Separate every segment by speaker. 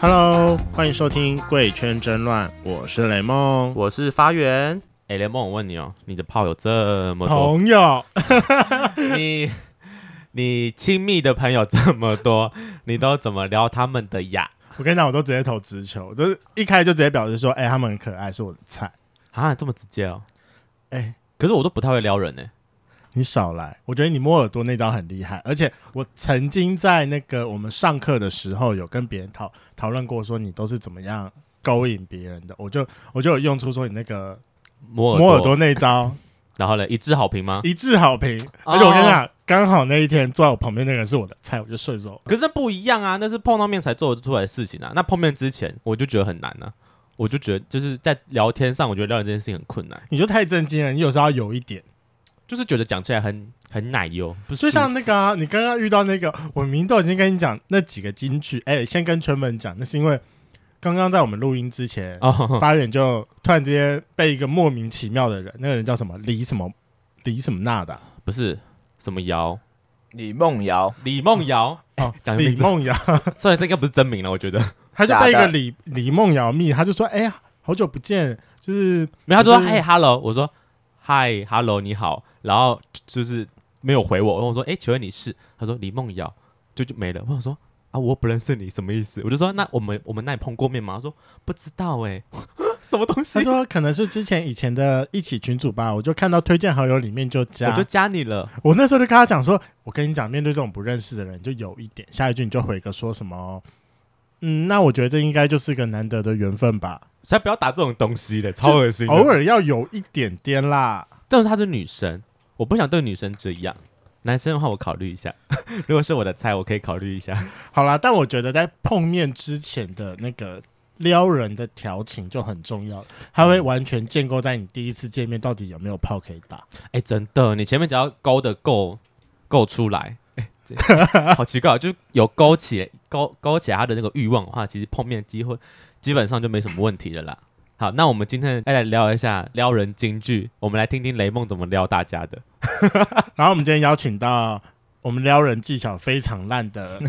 Speaker 1: Hello，欢迎收听《贵圈争乱》，我是雷梦。
Speaker 2: 我是发源。哎、雷梦，我问你哦，你的炮友这么多，
Speaker 1: 朋友，
Speaker 2: 你你亲密的朋友这么多， 你都怎么撩他们的呀？
Speaker 1: 我跟你讲，我都直接投直球，就是一开就直接表示说，哎、他们很可爱，是我的菜。
Speaker 2: 啊，这么直接哦？
Speaker 1: 哎、
Speaker 2: 可是我都不太会撩人呢、
Speaker 1: 你少来，我觉得你摸耳朵那招很厉害，而且我曾经在那个我们上课的时候有跟别人讨讨论过，说你都是怎么样勾引别人的，我就我就有用出说你那个
Speaker 2: 摸耳
Speaker 1: 摸耳朵那 招
Speaker 2: 然后呢，一致好评吗？
Speaker 1: 一致好评，
Speaker 2: 哦
Speaker 1: 而且我跟你讲，刚好那一天坐在我旁边那个人是我的菜，我就顺手
Speaker 2: 可是那不一样啊，那是碰到面才做得出来的事情啊。那碰面之前，我就觉得很难啊，我就觉得就是在聊天上，我觉得撩人这件事情很困难，
Speaker 1: 你就太震惊了，你有时候要有一点。
Speaker 2: 就是觉得讲起来很很奶油，不是
Speaker 1: 就像那个、啊、你刚刚遇到那个，我明明都已经跟你讲那几个金句，哎、先跟全本讲，那是因为刚刚在我们录音之前，
Speaker 2: 哦，
Speaker 1: 发远就突然之间被一个莫名其妙的人，那个人叫什么李什么李什么娜的啊、
Speaker 2: 不是什么瑶，
Speaker 3: 李梦瑶，
Speaker 2: 李梦瑶，
Speaker 1: 哦，
Speaker 2: 讲
Speaker 1: 李
Speaker 2: 名字
Speaker 1: 梦瑶，
Speaker 2: 虽然这应该不是真名了，我觉 得。
Speaker 1: 他就被一
Speaker 3: 假
Speaker 1: 个
Speaker 3: 的
Speaker 1: 李李梦瑶密，他就说，哎呀，好久不见，就是
Speaker 2: 没有，他说
Speaker 1: 就是
Speaker 2: 嗨，hello，我说嗨，hello，你好，然后就是没有回我，然后我说哎、诶请问你是？他说李梦瑶，就就没了。我想说啊，我不认识你，什么意思？我就说那我们我们那里碰过面吗？他说不知道哎、诶 什么东西
Speaker 1: 他？说可能是之前以前的一起群组吧，我就看到推荐好友里面就加，
Speaker 2: 我就加你了，
Speaker 1: 我那时候就跟他讲说，我跟你讲，面对这种不认识的人，就有一点，下一句你就回个说什么，嗯，那我觉得这应该就是个难得的缘分吧，
Speaker 2: 才不要打这种东西的，超恶心的。
Speaker 1: 偶尔要有一点点啦。
Speaker 2: 但是她是女生，我不想对女生这样。男生的话，我考虑一下。 如果是我的菜，我可以考虑一下。
Speaker 1: 好啦，但我觉得在碰面之前的那个撩人的调情就很重要，它会完全建构在你第一次见面到底有没有炮可以打。
Speaker 2: 哎、真的，你前面只要勾的够够出来，哎、这好奇怪哦，就是有勾起勾勾起他的那个欲望的话，其实碰面的机会基本上就没什么问题了啦。好，那我们今天来聊一下撩人金句，我们来听听雷梦怎么撩大家的。
Speaker 1: 然后我们今天邀请到我们撩人技巧非常烂的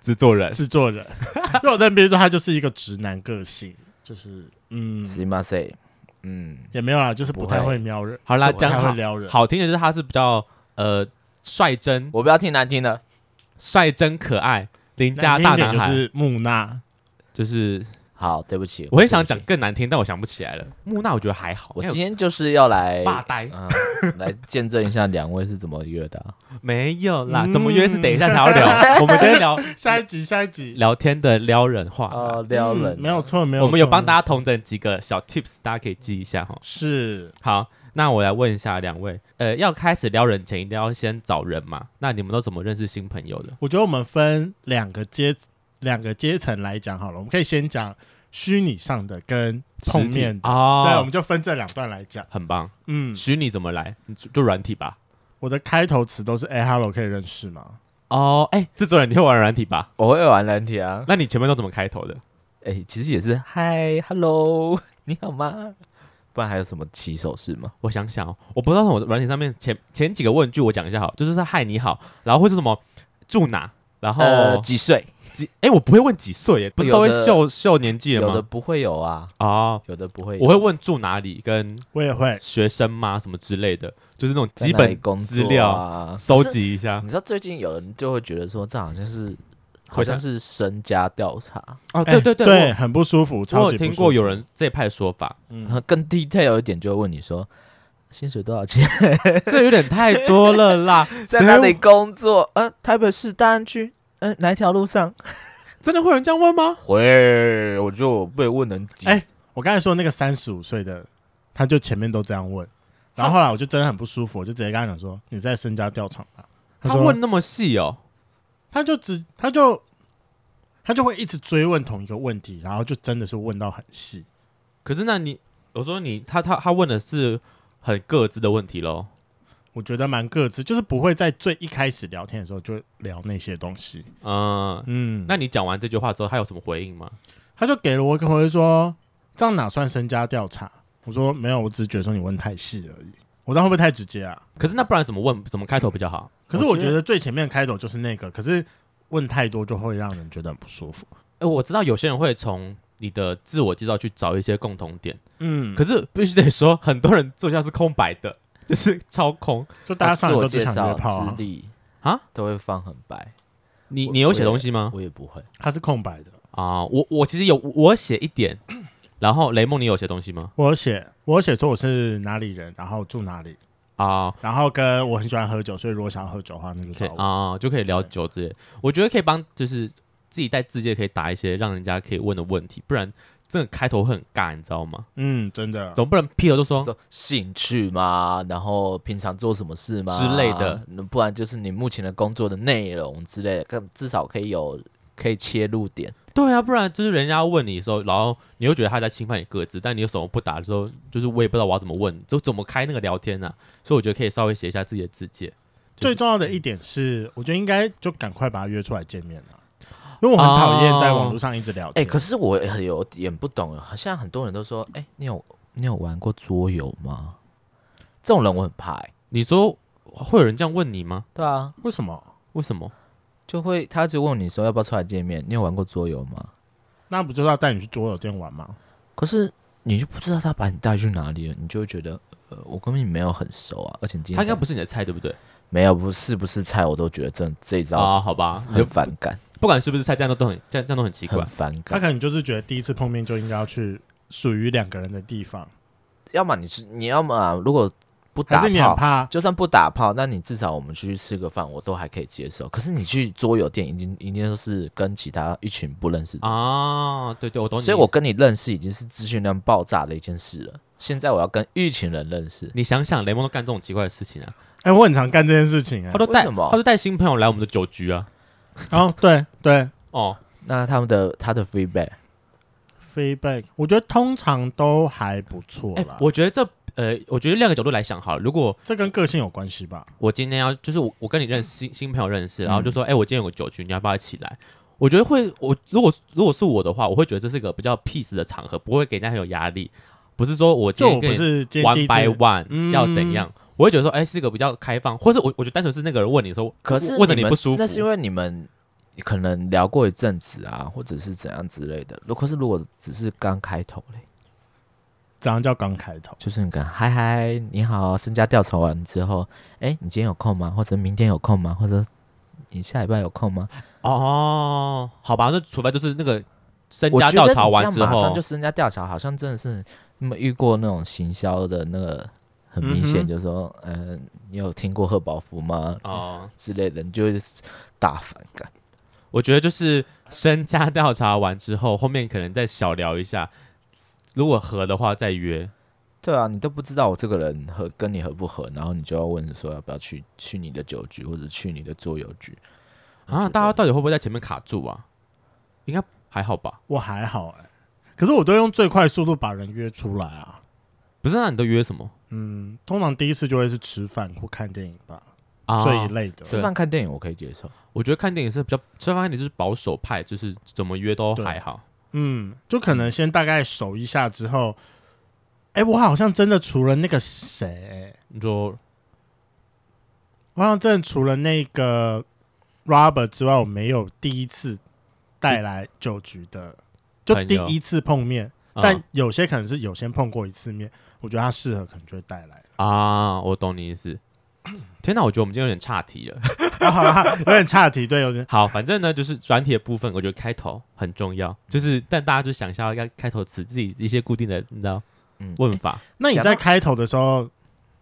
Speaker 2: 制作人，
Speaker 1: 制作人， 因为我在别人说他就是一个直男个性，就是嗯。
Speaker 3: すいません。嗯，
Speaker 1: 也没有啦，就是不太
Speaker 3: 不会
Speaker 1: 会瞄人，
Speaker 2: 好啦，
Speaker 1: 不太
Speaker 2: 讲好
Speaker 1: 会撩人。
Speaker 2: 好听的就是他是比较呃率真、
Speaker 3: 我不要听难听的，
Speaker 2: 率真可爱、邻家
Speaker 1: 难
Speaker 2: 大
Speaker 1: 听一点
Speaker 2: 男
Speaker 1: 就
Speaker 2: 孩，
Speaker 1: 是木讷，
Speaker 2: 就是
Speaker 3: 好，对不起，
Speaker 2: 我很想
Speaker 3: 对
Speaker 2: 讲
Speaker 3: 不起，
Speaker 2: 更难听，但我想不起来了。木讷我觉得还好，
Speaker 3: 我
Speaker 2: 应该有
Speaker 3: 今天就是要来，
Speaker 2: 霸呆。
Speaker 3: 嗯， 来见证一下两位是怎么约的啊。
Speaker 2: 没有啦，
Speaker 1: 嗯
Speaker 2: 怎么约是等一下才要聊。 我们今天聊
Speaker 1: 下一集，下一集
Speaker 2: 聊天的撩人话啦，
Speaker 3: 哦，撩人
Speaker 1: 嗯没有错，没有错。
Speaker 2: 我们有帮大
Speaker 1: 家
Speaker 2: 家统整几个小 tips，大家可以记一下哈。
Speaker 1: 是
Speaker 2: 好，那我来问一下两位，呃，要开始撩人前一定要先找人嘛？那你们都怎么认识新朋友的？
Speaker 1: 我觉得我们分两个阶两个阶层来讲好了，我们可以先讲虚拟上的跟碰面的，
Speaker 2: 哦，
Speaker 1: 对，我们就分这两段来讲。
Speaker 2: 很棒。
Speaker 1: 嗯，
Speaker 2: 虚拟怎么来？你就就软体吧。
Speaker 1: 我的开头词都是哎，hello，可以认识吗？
Speaker 2: 哦，哎，制作人你会玩软体吧？
Speaker 3: 我会玩人体啊。
Speaker 2: 那你前面都怎么开头的？
Speaker 3: 哎，其实也是，嗨，hello，你好吗？不然还有什么起手式吗？
Speaker 2: 我想想、哦，我不知道我软体上面前前几个问句我讲一下好，就是说嗨你好，然后会是什么住哪，然后、
Speaker 3: 呃，几岁？
Speaker 2: 几哎、我不会问几岁耶，不是都会
Speaker 3: 有的
Speaker 2: 秀秀年纪了
Speaker 3: 有的
Speaker 2: 吗？
Speaker 3: 不会有啊，
Speaker 2: 哦，
Speaker 3: 有的不会有。
Speaker 2: 我会问住哪里，跟
Speaker 1: 我也会，
Speaker 2: 学生吗什么之类的，就是那种
Speaker 3: 在
Speaker 2: 基
Speaker 3: 哪里
Speaker 2: 本
Speaker 3: 工作
Speaker 2: 资料
Speaker 3: 啊，
Speaker 2: 收
Speaker 3: 可是
Speaker 2: 集一下
Speaker 3: 你。知道最近有人就会觉得说，这好像是
Speaker 2: 好
Speaker 3: 好
Speaker 2: 像
Speaker 3: 像是身家调查，
Speaker 2: 哦，
Speaker 1: 哎
Speaker 2: 对对对，
Speaker 1: 对，很不舒服，
Speaker 2: 我
Speaker 1: 超级不
Speaker 2: 我有
Speaker 1: 舒
Speaker 2: 听
Speaker 1: 服
Speaker 2: 过有，人这一派说法，
Speaker 1: 嗯
Speaker 3: 然后更 detail 一点就会问你说薪水多少钱，
Speaker 2: 这有点太多了啦，
Speaker 3: 在
Speaker 2: 谁
Speaker 3: 哪
Speaker 2: 会
Speaker 3: 里工作？呃，台北市大安区，呃，哪一条路上？
Speaker 2: 真的会有人这样问吗？
Speaker 3: 会，我就被问能急
Speaker 1: 哎我刚才说那个三十五岁的，他就前面都这样问，然后后来我就真的很不舒服，我就直接跟他讲说：“你在身家调查吗？”
Speaker 2: 他
Speaker 1: 说：“
Speaker 2: 问那么细哦，
Speaker 1: 他就只他就他就会一直追问同一个问题，然后就真的是问到很细。
Speaker 2: 可是那你我说你他他他问的是很各自的问题喽。
Speaker 1: 我觉得蛮各自，就是不会在最一开始聊天的时候就聊那些东西。
Speaker 2: 嗯，
Speaker 1: 嗯，
Speaker 2: 那你讲完这句话之后，他有什么回应吗？
Speaker 1: 他就给了我一个回复说，这样哪算身家调查？我说没有，我只是觉得说你问太细而已。我这样会不会太直接啊？
Speaker 2: 可是那不然怎么问？怎么开头比较好？
Speaker 1: 可是我
Speaker 3: 我觉
Speaker 1: 觉
Speaker 3: 得
Speaker 1: 得最前面的开头就是那个，可是问太多就会让人觉得很不舒服。
Speaker 3: 哎
Speaker 2: 哎，我知道有些人会从你的自我介绍去找一些共同点，
Speaker 1: 嗯，
Speaker 2: 可是必须得说，很多人坐下是空白的，就是超空。
Speaker 1: 就大家上
Speaker 3: 呃自
Speaker 1: 来
Speaker 3: 我
Speaker 1: 都只
Speaker 3: 介
Speaker 1: 想
Speaker 3: 绍
Speaker 1: 约炮、啊
Speaker 3: 资，历
Speaker 2: 啊
Speaker 3: 都会放很白，
Speaker 2: 你
Speaker 3: 我
Speaker 2: 你有写东西吗？
Speaker 3: 我也不会。
Speaker 1: 它是空白的。
Speaker 2: 啊，我我其实有我写一点，然后雷梦你有写东西吗？
Speaker 1: 我有写我有写说我是哪里人，然后住哪里，
Speaker 2: 啊，
Speaker 1: 然后跟我很喜欢喝酒，所以如果想要喝酒的话，那就
Speaker 2: 可以
Speaker 1: 找我。
Speaker 2: 啊，就可以聊酒之类。我觉得可以帮，就是自己带自介可以打一些让人家可以问的问题，不然真的开头会很尬，你知道吗？
Speaker 1: 嗯，真的。
Speaker 2: 总不能劈头就
Speaker 1: 哦
Speaker 2: 说
Speaker 3: 说兴趣嘛，然后平常做什么事嘛
Speaker 2: 之类的，
Speaker 3: 那不然就是你目前的工作的内容之类的，更至少可以有可以切入点。
Speaker 2: 对啊，不然就是人家问你的时候，然后你又觉得他在侵犯你个资，但你有什么不答的时候，就是我也不知道我要怎么问，就怎么开那个聊天呢、啊所以我觉得可以稍微写一下自己的自介。就是
Speaker 1: 最重要的一点是，我觉得应该就赶快把他约出来见面了，因为我很讨厌在网络上一直聊
Speaker 3: 哎、
Speaker 1: 天。
Speaker 3: 可是我也有点不懂，好像很多人都说，哎、你有你有玩过桌游吗？这种人我很怕、欸。
Speaker 2: 你说会有人这样问你吗？
Speaker 3: 对啊，
Speaker 1: 为什么？
Speaker 2: 为什么？
Speaker 3: 就会他就问你说要不要出来见面，你有玩过桌游吗？
Speaker 1: 那不就是要带你去桌游店玩吗？
Speaker 3: 可是你就不知道他把你带去哪里了，你就会觉得，呃，我跟你没有很熟啊，而且你今天
Speaker 2: 他应该
Speaker 3: 才
Speaker 2: 不是你的菜，对不对？
Speaker 3: 没有不是不是菜，我都觉得这这一招
Speaker 2: 啊，好吧，你
Speaker 3: 哦很
Speaker 2: 就
Speaker 3: 反感，
Speaker 2: 不管是不是菜，这样都都很这样这样都很奇怪
Speaker 3: 很。反
Speaker 1: 他
Speaker 3: 感。
Speaker 1: 可能就是觉得第一次碰面就应该要去属于两个人的地方，
Speaker 3: 要么你是你要么、啊如果不
Speaker 1: 还
Speaker 3: 打
Speaker 1: 是你很
Speaker 3: 炮，
Speaker 1: 怕？
Speaker 3: 就算不打炮，那你至少我们去吃个饭，我都还可以接受。可是你去桌游店，已经已经都是跟其他一群不认识的，
Speaker 2: 啊，对对，我懂你的意思。
Speaker 3: 所以我跟你认识已经是资讯量爆炸的一件事了。现在我要跟一群人认识，
Speaker 2: 你想想，雷蒙都干这种奇怪的事情啊，
Speaker 1: 哎、我很常干这件事情、
Speaker 2: 他都
Speaker 3: 为
Speaker 2: 带
Speaker 3: 什么
Speaker 2: 他都带新朋友来我们的酒局啊。
Speaker 1: 哎，哦，对对
Speaker 2: 哦，
Speaker 3: 那他们的他的 feedback，
Speaker 1: ，feedback，我觉得通常都还不错
Speaker 2: 哎
Speaker 1: 啦。，
Speaker 2: 我觉得这呃，我觉得另一个角度来想好了，如果
Speaker 1: 这跟个性有关系吧？
Speaker 2: 我今天要就是我我跟你认识新新朋友认
Speaker 1: 嗯
Speaker 2: 识，然后就说，哎、我今天有个酒局，你要不要一起来？我觉得会，我如果如果是我的话，我会觉得这是一个比较 peace 的场合，不会给人家很有压力。不是说我今
Speaker 1: 就
Speaker 2: 天
Speaker 1: 我
Speaker 2: 跟
Speaker 1: 不
Speaker 2: 你
Speaker 1: 是今天第
Speaker 2: one
Speaker 1: 一次
Speaker 2: by one、
Speaker 1: 嗯
Speaker 2: 要怎样，我会觉得说，哎、是一个比较开放，或是我我觉得单纯是那个人问你说，
Speaker 3: 可是
Speaker 2: 问的
Speaker 3: 你
Speaker 2: 你
Speaker 3: 们
Speaker 2: 不舒服，
Speaker 3: 那是因为你们可能聊过一阵子啊，或者是怎样之类的。如果是如果只是刚开头嘞，
Speaker 1: 怎样叫刚开头？
Speaker 3: 就是你跟嗨嗨你好，身家调查完之后，哎、你今天有空吗？或者明天有空吗？或者你下礼拜有空吗？
Speaker 2: 哦，好吧，那除非就是那个身
Speaker 3: 我
Speaker 2: 家
Speaker 3: 觉
Speaker 2: 调
Speaker 3: 得
Speaker 2: 查完
Speaker 3: 你
Speaker 2: 之
Speaker 3: 这样马
Speaker 2: 后
Speaker 3: 上就，身家调查，好像真的是那么遇过那种行销的那个，很明
Speaker 1: 嗯哼
Speaker 3: 显就说，嗯、你有听过贺宝福吗？
Speaker 2: 哦，
Speaker 3: 之类的，你就会大反感。
Speaker 2: 我觉得就是身家调查完之后，后面可能再小聊一下，如果合的话再约。
Speaker 3: 对啊，你都不知道我这个人合跟你合不合，然后你就要问说要不要去去你的酒局或者去你的桌游局我觉
Speaker 2: 啊，
Speaker 3: 得
Speaker 2: 大家到底会不会在前面卡住啊？应该还好吧？
Speaker 1: 我还好哎、可是我都用最快速度把人约出来啊。
Speaker 2: 不是，那你都约什么
Speaker 1: 嗯，通常第一次就会是吃饭或看电影吧，
Speaker 2: 啊？
Speaker 1: 这一类的。
Speaker 3: 吃饭看电影，我可以接受。
Speaker 2: 我觉得看电影是比较，吃饭看电影就是保守派，就是怎么约都还好。
Speaker 1: 嗯，就可能先大概熟一下之后，哎、我好像真的除了那个谁、
Speaker 2: 你说
Speaker 1: 我好像真的除了那个 Robert 之外，我没有第一次带来酒局的，就
Speaker 2: 朋友
Speaker 1: 第一次碰面。
Speaker 2: 啊
Speaker 1: 但有些可能是有先碰过一次面，我觉得他适合，可能就会带来。
Speaker 2: 啊，我懂你意思。 天哪，我觉得我们今天有点岔题了。
Speaker 1: 啊好啦有点岔题，对，有点
Speaker 2: 好，反正呢，就是软体的部分，我觉得开头很重要，就是但大家就想一下要开头词自己一些固定的，你知道
Speaker 3: 嗯，
Speaker 2: 问法。
Speaker 1: 那你
Speaker 3: 想
Speaker 1: 在
Speaker 3: 到
Speaker 1: 开头的时候，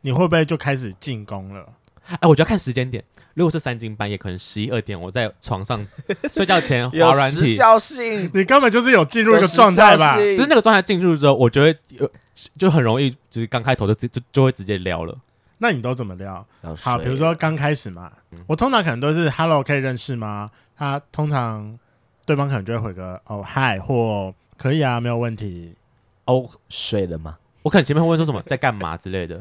Speaker 1: 你会不会就开始进攻了？
Speaker 2: 哎、我觉得看时间点，如果是三更半夜，可能十一二点，我在床 上睡觉前滑
Speaker 3: 有
Speaker 2: 软
Speaker 3: 时
Speaker 2: 体，
Speaker 3: 效性，
Speaker 1: 你根本就是有进入一个状态吧？
Speaker 3: 有时效性
Speaker 2: 就是那个状态进入之后，我觉得有就很容易，就是刚开头就直就就会直接聊了。
Speaker 1: 那你都怎么聊？
Speaker 3: 要睡
Speaker 1: 好，比如说刚开始嘛，
Speaker 2: 嗯
Speaker 1: 我通常可能都是 “hello” 可以认识吗？他通常对方可能就会回个“哦嗨”或“可以啊，没有问题
Speaker 2: 哦，
Speaker 3: 睡了吗？
Speaker 2: 我可能前面会问说什么在干嘛之类的，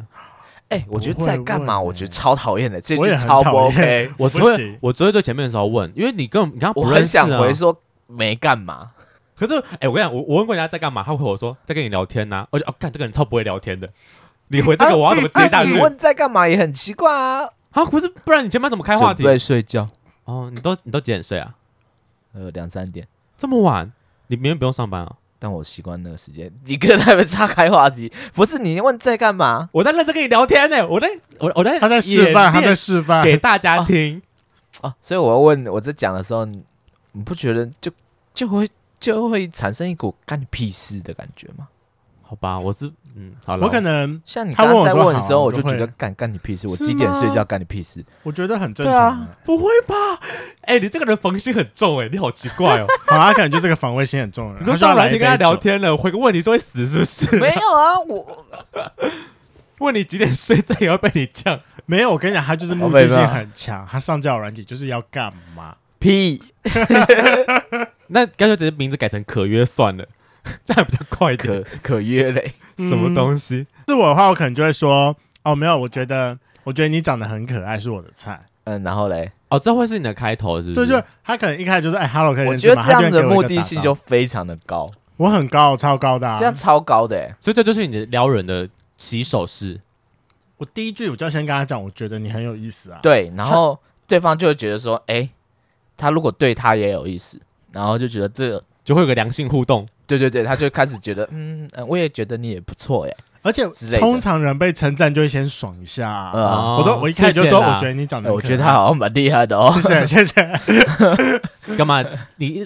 Speaker 3: 哎、我觉得在干嘛？
Speaker 1: 不会问欸
Speaker 3: 我觉得超讨厌的，这
Speaker 1: 我也
Speaker 3: 句
Speaker 1: 很
Speaker 3: 超不
Speaker 1: 讨厌
Speaker 3: OK。
Speaker 2: 我
Speaker 1: 不
Speaker 2: 只会
Speaker 1: 行
Speaker 2: 我只会最前面的时候问，因为你根本你刚不
Speaker 3: 我很
Speaker 2: 认识、啊、
Speaker 3: 想回说没干嘛，
Speaker 2: 可是，哎、我跟你讲，我我问过人家在干嘛，他回我说在跟你聊天呐、我就哦，看这个人超不会聊天的，你回这个我要怎么接下
Speaker 3: 啊
Speaker 2: 去
Speaker 3: 你？问在干嘛也很奇怪啊。
Speaker 2: 啊，不是，不然你前面怎么开话题
Speaker 3: 准？备睡觉，
Speaker 2: 哦，你都你都几点睡啊？
Speaker 3: 呃，两三点。
Speaker 2: 这么晚？你明天不用上班啊？
Speaker 3: 但我习惯那个时间，你跟他们岔开话题，不是你问在干嘛？
Speaker 2: 我在认真跟你聊天呢、我在我我 在
Speaker 1: 他在示范，他在示范，
Speaker 2: 给大家听。
Speaker 3: 啊，所以我要问，我在讲的时候，你你不觉得就就会就会产生一股干你屁事的感觉吗？
Speaker 2: 好吧，我是嗯，好了，
Speaker 1: 我可能
Speaker 3: 像你
Speaker 1: 他
Speaker 3: 刚
Speaker 1: 问我
Speaker 3: 刚在
Speaker 1: 说
Speaker 3: 问的
Speaker 1: 好
Speaker 3: 时候，
Speaker 1: 我
Speaker 3: 我
Speaker 1: 就
Speaker 3: 就觉
Speaker 1: 会
Speaker 3: 得干干你屁事，我
Speaker 2: 是
Speaker 3: 几点睡
Speaker 2: 吗
Speaker 3: 觉干你屁事？
Speaker 1: 我觉得很正
Speaker 3: 对啊
Speaker 1: 常欸。
Speaker 2: 不会吧？哎、你这个人防心很重哎、你好奇怪 哦。
Speaker 1: 好，他可能就这个防卫心很 重的人。
Speaker 2: 你都
Speaker 1: 他说
Speaker 2: 上
Speaker 1: 来
Speaker 2: 来
Speaker 1: 一
Speaker 2: 你
Speaker 1: 杯
Speaker 2: 跟他聊
Speaker 1: 酒，
Speaker 2: 天了，回个问题说会哎死是不是？
Speaker 3: 没有啊，我
Speaker 2: 问你几点睡，再也要被你降。
Speaker 1: 没有，我跟你讲，他就是目
Speaker 3: 我
Speaker 1: 的
Speaker 3: 被
Speaker 1: 性
Speaker 3: 骂
Speaker 1: 很强，他上交友软体就是要干嘛？
Speaker 3: 屁
Speaker 2: 那干脆直接名字改成可约算了， 嗯这样比较快一点
Speaker 3: 可。可约嘞，
Speaker 2: 什么东西？
Speaker 1: 是我的话，我可能就会说，哦，没有，我觉得，我觉得你长得很可爱，是我的菜。
Speaker 3: 嗯，然后嘞，
Speaker 2: 哦，这会是你的开头，是不
Speaker 1: 对，
Speaker 2: 是？
Speaker 1: 就他可能一开始就是哎，hello，可以
Speaker 3: 我
Speaker 1: 认
Speaker 3: 觉
Speaker 1: 识
Speaker 3: 得
Speaker 1: 吗？
Speaker 3: 这
Speaker 1: 他就
Speaker 3: 样
Speaker 1: 会给我一个
Speaker 3: 的目的
Speaker 1: 打
Speaker 3: 性
Speaker 1: 招
Speaker 3: 就
Speaker 1: 呼
Speaker 3: 非常的高，
Speaker 1: 我很高，超高的、啊。
Speaker 3: 这样超高的欸，
Speaker 2: 所以这就是你的撩人的起手式。
Speaker 1: 我第一句我就要先跟他讲，我觉得你很有意思啊。
Speaker 3: 对，然后对方就会觉得说，哎，他如果对他也有意思，然后就觉得这个。
Speaker 2: 就会有个良性互动。
Speaker 3: 对对对，他就开始觉得，嗯，呃我也觉得你也不错哎，
Speaker 1: 而且
Speaker 3: 之类的
Speaker 1: 通常人被称赞就会先爽一下、啊。
Speaker 3: 嗯啊
Speaker 2: 哦
Speaker 1: 我都我一开始就说，
Speaker 2: 谢谢啦
Speaker 1: 我觉得你长得很
Speaker 3: 呃我
Speaker 1: 可爱、
Speaker 3: 觉得他好像蛮厉害的哦。
Speaker 1: 谢谢谢谢。
Speaker 2: 干嘛？你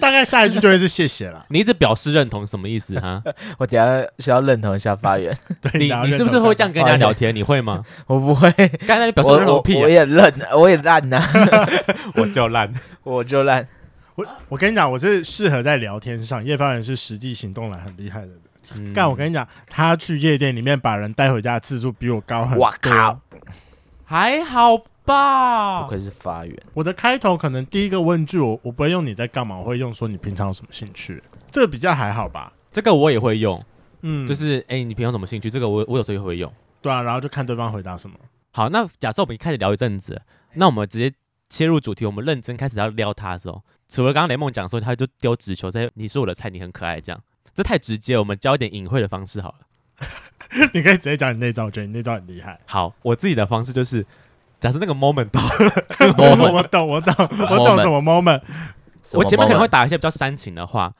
Speaker 1: 大概下一句就会是谢谢 了。
Speaker 2: 你一直表示认同，什么意思 哈？
Speaker 3: 我等一下需要认同一下发言，
Speaker 1: 对，
Speaker 2: 哎你
Speaker 1: 然后
Speaker 2: 你
Speaker 1: 认
Speaker 2: 是不是
Speaker 1: 同
Speaker 2: 会
Speaker 1: 赞
Speaker 2: 这样跟人家聊天？你会吗？
Speaker 3: 我不会，
Speaker 2: 刚才你表示
Speaker 3: 我
Speaker 2: 认
Speaker 3: 我
Speaker 2: 同屁
Speaker 3: 我
Speaker 2: 啊，
Speaker 3: 也认，我也烂呐、
Speaker 2: 我就烂。
Speaker 3: 我就烂。
Speaker 1: 我我跟你讲，我是适合在聊天上，叶方人是实际行动来很厉害的人。
Speaker 2: 嗯
Speaker 1: 干、我跟你讲，他去夜店里面把人带回家的次数比我高很多。
Speaker 3: 哇靠！
Speaker 2: 还好吧
Speaker 3: 不？愧是发源，
Speaker 1: 我的开头可能第一个问句我我不会用你在干嘛，我会用说你平常有什么兴趣，这个比较还好吧。
Speaker 2: 这个我也会用，
Speaker 1: 嗯，
Speaker 2: 就是哎，你平常有什么兴趣？这个我我有时候也会用。
Speaker 1: 对啊，然后就看对方回答什么。
Speaker 2: 好，那假设我们开始聊一阵子，那我们直接切入主题，我们认真开始要撩他的时候，除了刚刚雷梦讲的时候，他就丢直球，在你是我的菜，你很可爱这样，这太直接，我们教一点隐晦的方式好了。
Speaker 1: 你可以直接讲你那招，我觉得你那招很厉 害。
Speaker 2: 好，我自己的方式就是，假设那个 moment 到了，
Speaker 3: Moment
Speaker 1: 我懂，我懂，我 懂
Speaker 3: Moment
Speaker 1: 什么 moment。
Speaker 2: 我前面可能会
Speaker 3: 会
Speaker 2: 打一些比较煽情的话，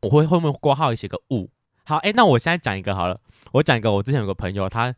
Speaker 2: 我会后面挂号会写个物。好，哎、那我现在讲一个好了，我讲一个，我之前有个朋友，他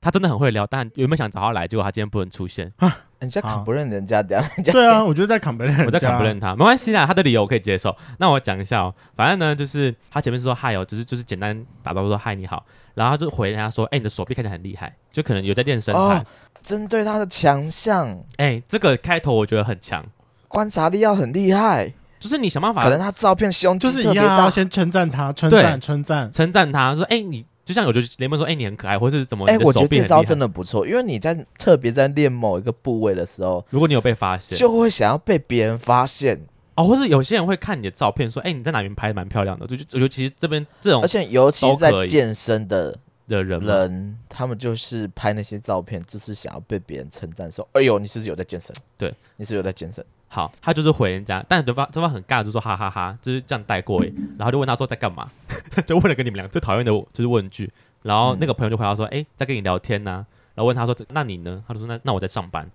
Speaker 2: 他真的很会聊，但原本想找他来，结果他今天不能出现，
Speaker 3: 人家
Speaker 1: 好
Speaker 3: 看不认人家，等一下人家
Speaker 1: 对啊，我就在 complain，
Speaker 2: 我在
Speaker 1: 人家
Speaker 2: complain 他，没关系啦，他的理由我可以接受。那我讲一下哦，反正呢，就是他前面说嗨哦，只是就是简单打招呼说嗨你好，然后他就回人家说，哎、你的手臂看起来很厉害，就可能有在练身
Speaker 3: 哦
Speaker 2: 材。
Speaker 3: 针对他的强项，
Speaker 2: 哎、这个开头我觉得很强，
Speaker 3: 观察力要很厉害，
Speaker 2: 就是你想办法
Speaker 3: 可能他照片胸肌
Speaker 1: 就是
Speaker 3: 特
Speaker 1: 一
Speaker 3: 别
Speaker 1: 样
Speaker 3: 大
Speaker 1: 啊，。先称赞他，称赞，称赞。
Speaker 2: 称赞他说，哎、你就像有就雷蒙说，哎、你很可爱，或是怎么，
Speaker 3: 哎、
Speaker 2: 你的
Speaker 3: 我觉
Speaker 2: 手
Speaker 3: 得
Speaker 2: 臂
Speaker 3: 这
Speaker 2: 很
Speaker 3: 招
Speaker 2: 厉害
Speaker 3: 真。的不错，因为你在特别在练某一个部位的时候，
Speaker 2: 如果你有被发现，
Speaker 3: 就会想要被别人发现，
Speaker 2: 哦，或是有些人会看你的照片，说，哎、你在哪边拍的蛮漂亮的，就就尤其是这边这种
Speaker 3: 而且尤其是
Speaker 2: 都可
Speaker 3: 在
Speaker 2: 以
Speaker 3: 健身的
Speaker 2: 的人嘛，
Speaker 3: 人，他们就是拍那些照片，就是想要被别人称赞，说：“哎呦，你是不是有在健身？
Speaker 2: 对，
Speaker 3: 你是不是有在健身。
Speaker 2: 好，他就是回人家，但对方对方很尬，就说哈哈哈就是这样带过诶，然后就问他说在干嘛， 就问了跟你们俩最讨厌的就是问句，然后那个朋友就回答说，哎、在跟你聊天呐、然后问他说那你呢？他就说那那我在上班，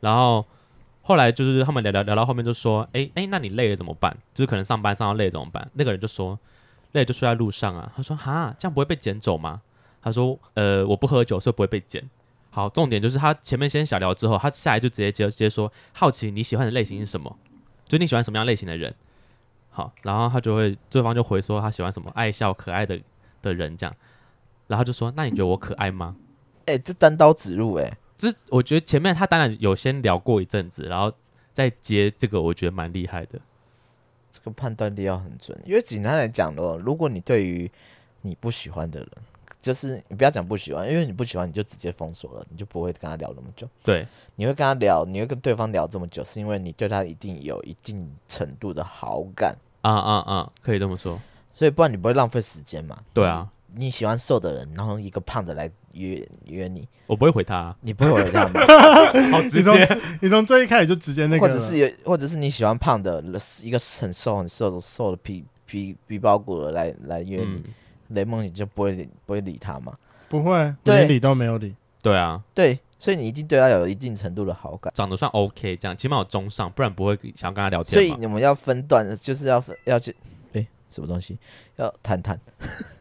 Speaker 2: 然后后来就是他们聊聊聊到后面就说，哎、哎、那你累了怎么办？就是可能上班上到累了怎么办？那个人就说累了就睡在路上啊，他说哈这样不会被捡走吗？他说呃我不喝酒所以不会被捡。好，重点就是他前面先小聊之后，他下来就直接接直接说好奇你喜欢的类型是什么，就你喜欢什么样类型的人。好，然后他就会对方就回说他喜欢什么爱笑可爱的的人这样，然后他就说那你觉得我可爱吗？
Speaker 3: 哎、这单刀直入、哎，
Speaker 2: 这我觉得前面他当然有先聊过一阵子，然后再接这个，我觉得蛮厉害的。
Speaker 3: 这个判断力要很准。因为简单来讲的话，哦如果你对于你不喜欢的人，就是你不要讲不喜欢，因为你不喜欢你就直接封锁了，你就不会跟他聊那么久。
Speaker 2: 对，
Speaker 3: 你会跟他聊，你会跟对方聊这么久，是因为你对他一定有一定程度的好感，
Speaker 2: 啊啊啊，可以这么说。
Speaker 3: 所以不然你不会浪费时间嘛。
Speaker 2: 对啊，
Speaker 3: 你喜欢瘦的人，然后一个胖的来约约你，
Speaker 2: 我不会回他、啊
Speaker 3: 你不会回他吗？
Speaker 2: 好直
Speaker 1: 你从
Speaker 2: 接。
Speaker 1: 你从最一开始就直接那个
Speaker 3: 或
Speaker 1: 了，
Speaker 3: 者是有，或者是你喜欢胖的，一个很瘦很瘦的瘦的皮皮皮包骨的来来约你，
Speaker 2: 嗯，
Speaker 3: 雷蒙你就不会理不会理他嘛？
Speaker 1: 不会，
Speaker 3: 对
Speaker 1: 连理都没有理。
Speaker 2: 对啊，
Speaker 3: 对，所以你一定对他有一定程度的好感，
Speaker 2: 长得算 OK，这样起码有中上，不然不会想要跟他聊天
Speaker 3: 所以
Speaker 2: 嘛。
Speaker 3: 你们要分段，就是要分要去，哎、什么东西，要谈谈，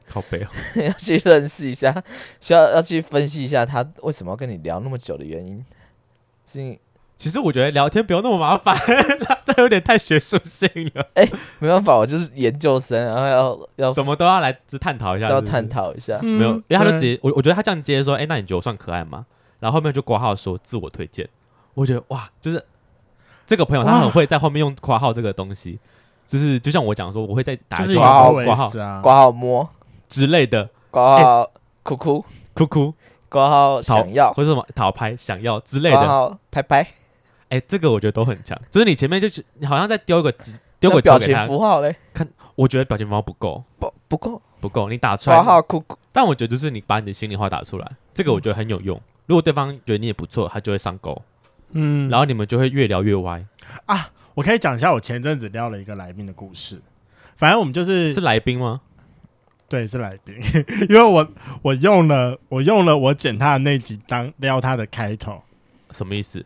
Speaker 2: 靠背哦，
Speaker 3: 要去认识一下，需要要去分析一下他为什么要跟你聊那么久的原因，是因
Speaker 2: 其实我觉得聊天不要那么麻烦， 这有点太学术性了，
Speaker 3: 没办法，我就是研究生，然后要要
Speaker 2: 什么都要来就探讨一下，
Speaker 3: 要
Speaker 2: 是不是
Speaker 3: 探讨嗯一下，
Speaker 2: 没有，因为他就直
Speaker 1: 对
Speaker 2: 接我我觉得他这样接说，哎、那你觉得我算可爱吗？然后后面就括号说自我推荐，我觉得哇，就是这个朋友他
Speaker 1: 哇
Speaker 2: 很会在后面用括号这个东西，就是就像我讲说，我会在打
Speaker 1: 就是
Speaker 2: 一
Speaker 1: 有
Speaker 2: 个
Speaker 3: 括号
Speaker 2: 括号
Speaker 1: always 啊，
Speaker 3: 挂号摸，
Speaker 2: 之类的，
Speaker 3: 挂号哭哭，
Speaker 2: 哭哭
Speaker 3: 挂号
Speaker 2: 讨
Speaker 3: 想要，
Speaker 2: 或者什么讨拍想要之类
Speaker 3: 挂
Speaker 2: 的，
Speaker 3: 号拍拍，
Speaker 2: 哎、这个我觉得都很强。就是你前面就是你好像在丢一个指丢
Speaker 3: 那
Speaker 2: 个
Speaker 3: 表
Speaker 2: 球给
Speaker 3: 情
Speaker 2: 他，
Speaker 3: 符号嘞，
Speaker 2: 我觉得表情包不够
Speaker 3: 不不够，
Speaker 2: 不够，你打出
Speaker 3: 挂
Speaker 2: 来，
Speaker 3: 号哭哭，
Speaker 2: 但我觉得就是你把你的心里话打出来，这
Speaker 3: 嗯
Speaker 2: 个我觉得很有用。如果对方觉得你也不错，他就会上钩，
Speaker 1: 嗯，
Speaker 2: 然后你们就会越聊越歪。
Speaker 1: 我可以讲一下我前阵子撩了一个来宾的故事。反正我们就是
Speaker 2: 是来宾吗？
Speaker 1: 对是来宾， 因为我我用了我用了我剪他的那集当撩他的开头，
Speaker 2: 什么意思？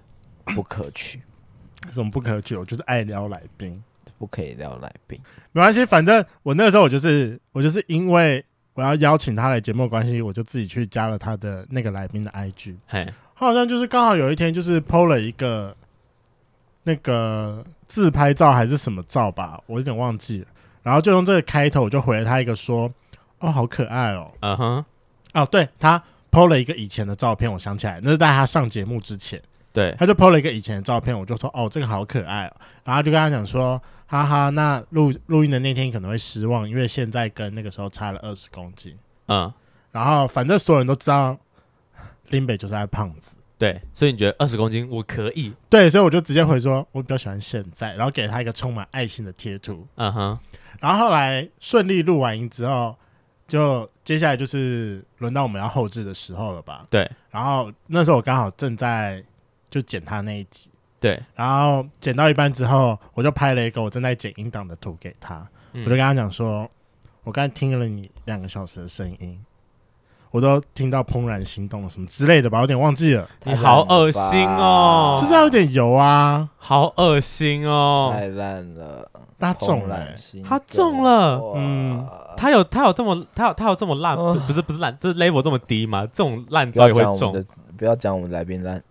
Speaker 3: 不可取，
Speaker 1: 什么不可取，我就是爱撩来宾。
Speaker 3: 不可以聊来宾，
Speaker 1: 没关系，反正我那个时候我就是我就是因为我要邀请他来节目的关系，我就自己去加了他的那个来宾的 IG。
Speaker 2: 嘿，
Speaker 1: 他好像就是刚好有一天就是 PO 了一个那个自拍照还是什么照吧，我有点忘记了。然后就用这个开头，我就回了他一个说：“哦，好可爱哦。
Speaker 2: 嗯哼，”
Speaker 1: 哦，对他 PO 了一个以前的照片，我想起来，那是在他上节目之前。
Speaker 2: 对，
Speaker 1: 他就 PO 了一个以前的照片，我就说哦，这个好可爱、哦，然后就跟他讲说，哈哈，那录录音的那天可能会失望，因为现在跟那个时候差了二十公斤。
Speaker 2: 嗯，
Speaker 1: 然后反正所有人都知道林北就是爱胖子，
Speaker 2: 对，所以你觉得二十公斤我可以？
Speaker 1: 对，所以我就直接回说，我比较喜欢现在，然后给他一个充满爱心的贴图。
Speaker 2: 嗯哼，
Speaker 1: 然后后来顺利录完音之后，就接下来就是轮到我们要后置的时候了吧？
Speaker 2: 对
Speaker 1: 然后那时候我刚好正在就剪他那一集。
Speaker 2: 对，
Speaker 1: 然后剪到一半之后，我就拍了一个我正在剪音档的图给他，
Speaker 2: 嗯
Speaker 1: 我就跟他讲说，我刚才听了你两个小时的声音，我都听到怦然心动了什么之类的吧，我有点忘记了，
Speaker 2: 你好恶心哦
Speaker 1: 就是要有点油啊，
Speaker 2: 好恶心哦！
Speaker 3: 太烂了，
Speaker 1: 但他中
Speaker 3: 怦
Speaker 1: 了、
Speaker 3: 然
Speaker 1: 欸
Speaker 3: 心
Speaker 2: 他中了
Speaker 3: 哇
Speaker 1: 嗯
Speaker 2: 他有他有这么他有他有这么烂？
Speaker 3: 哦
Speaker 2: 不不是不是烂，这 level 这么低吗？这种烂
Speaker 3: 不
Speaker 2: 招
Speaker 3: 要
Speaker 2: 也会
Speaker 3: 讲我们
Speaker 2: 中？
Speaker 3: 的，不要讲我们来宾烂，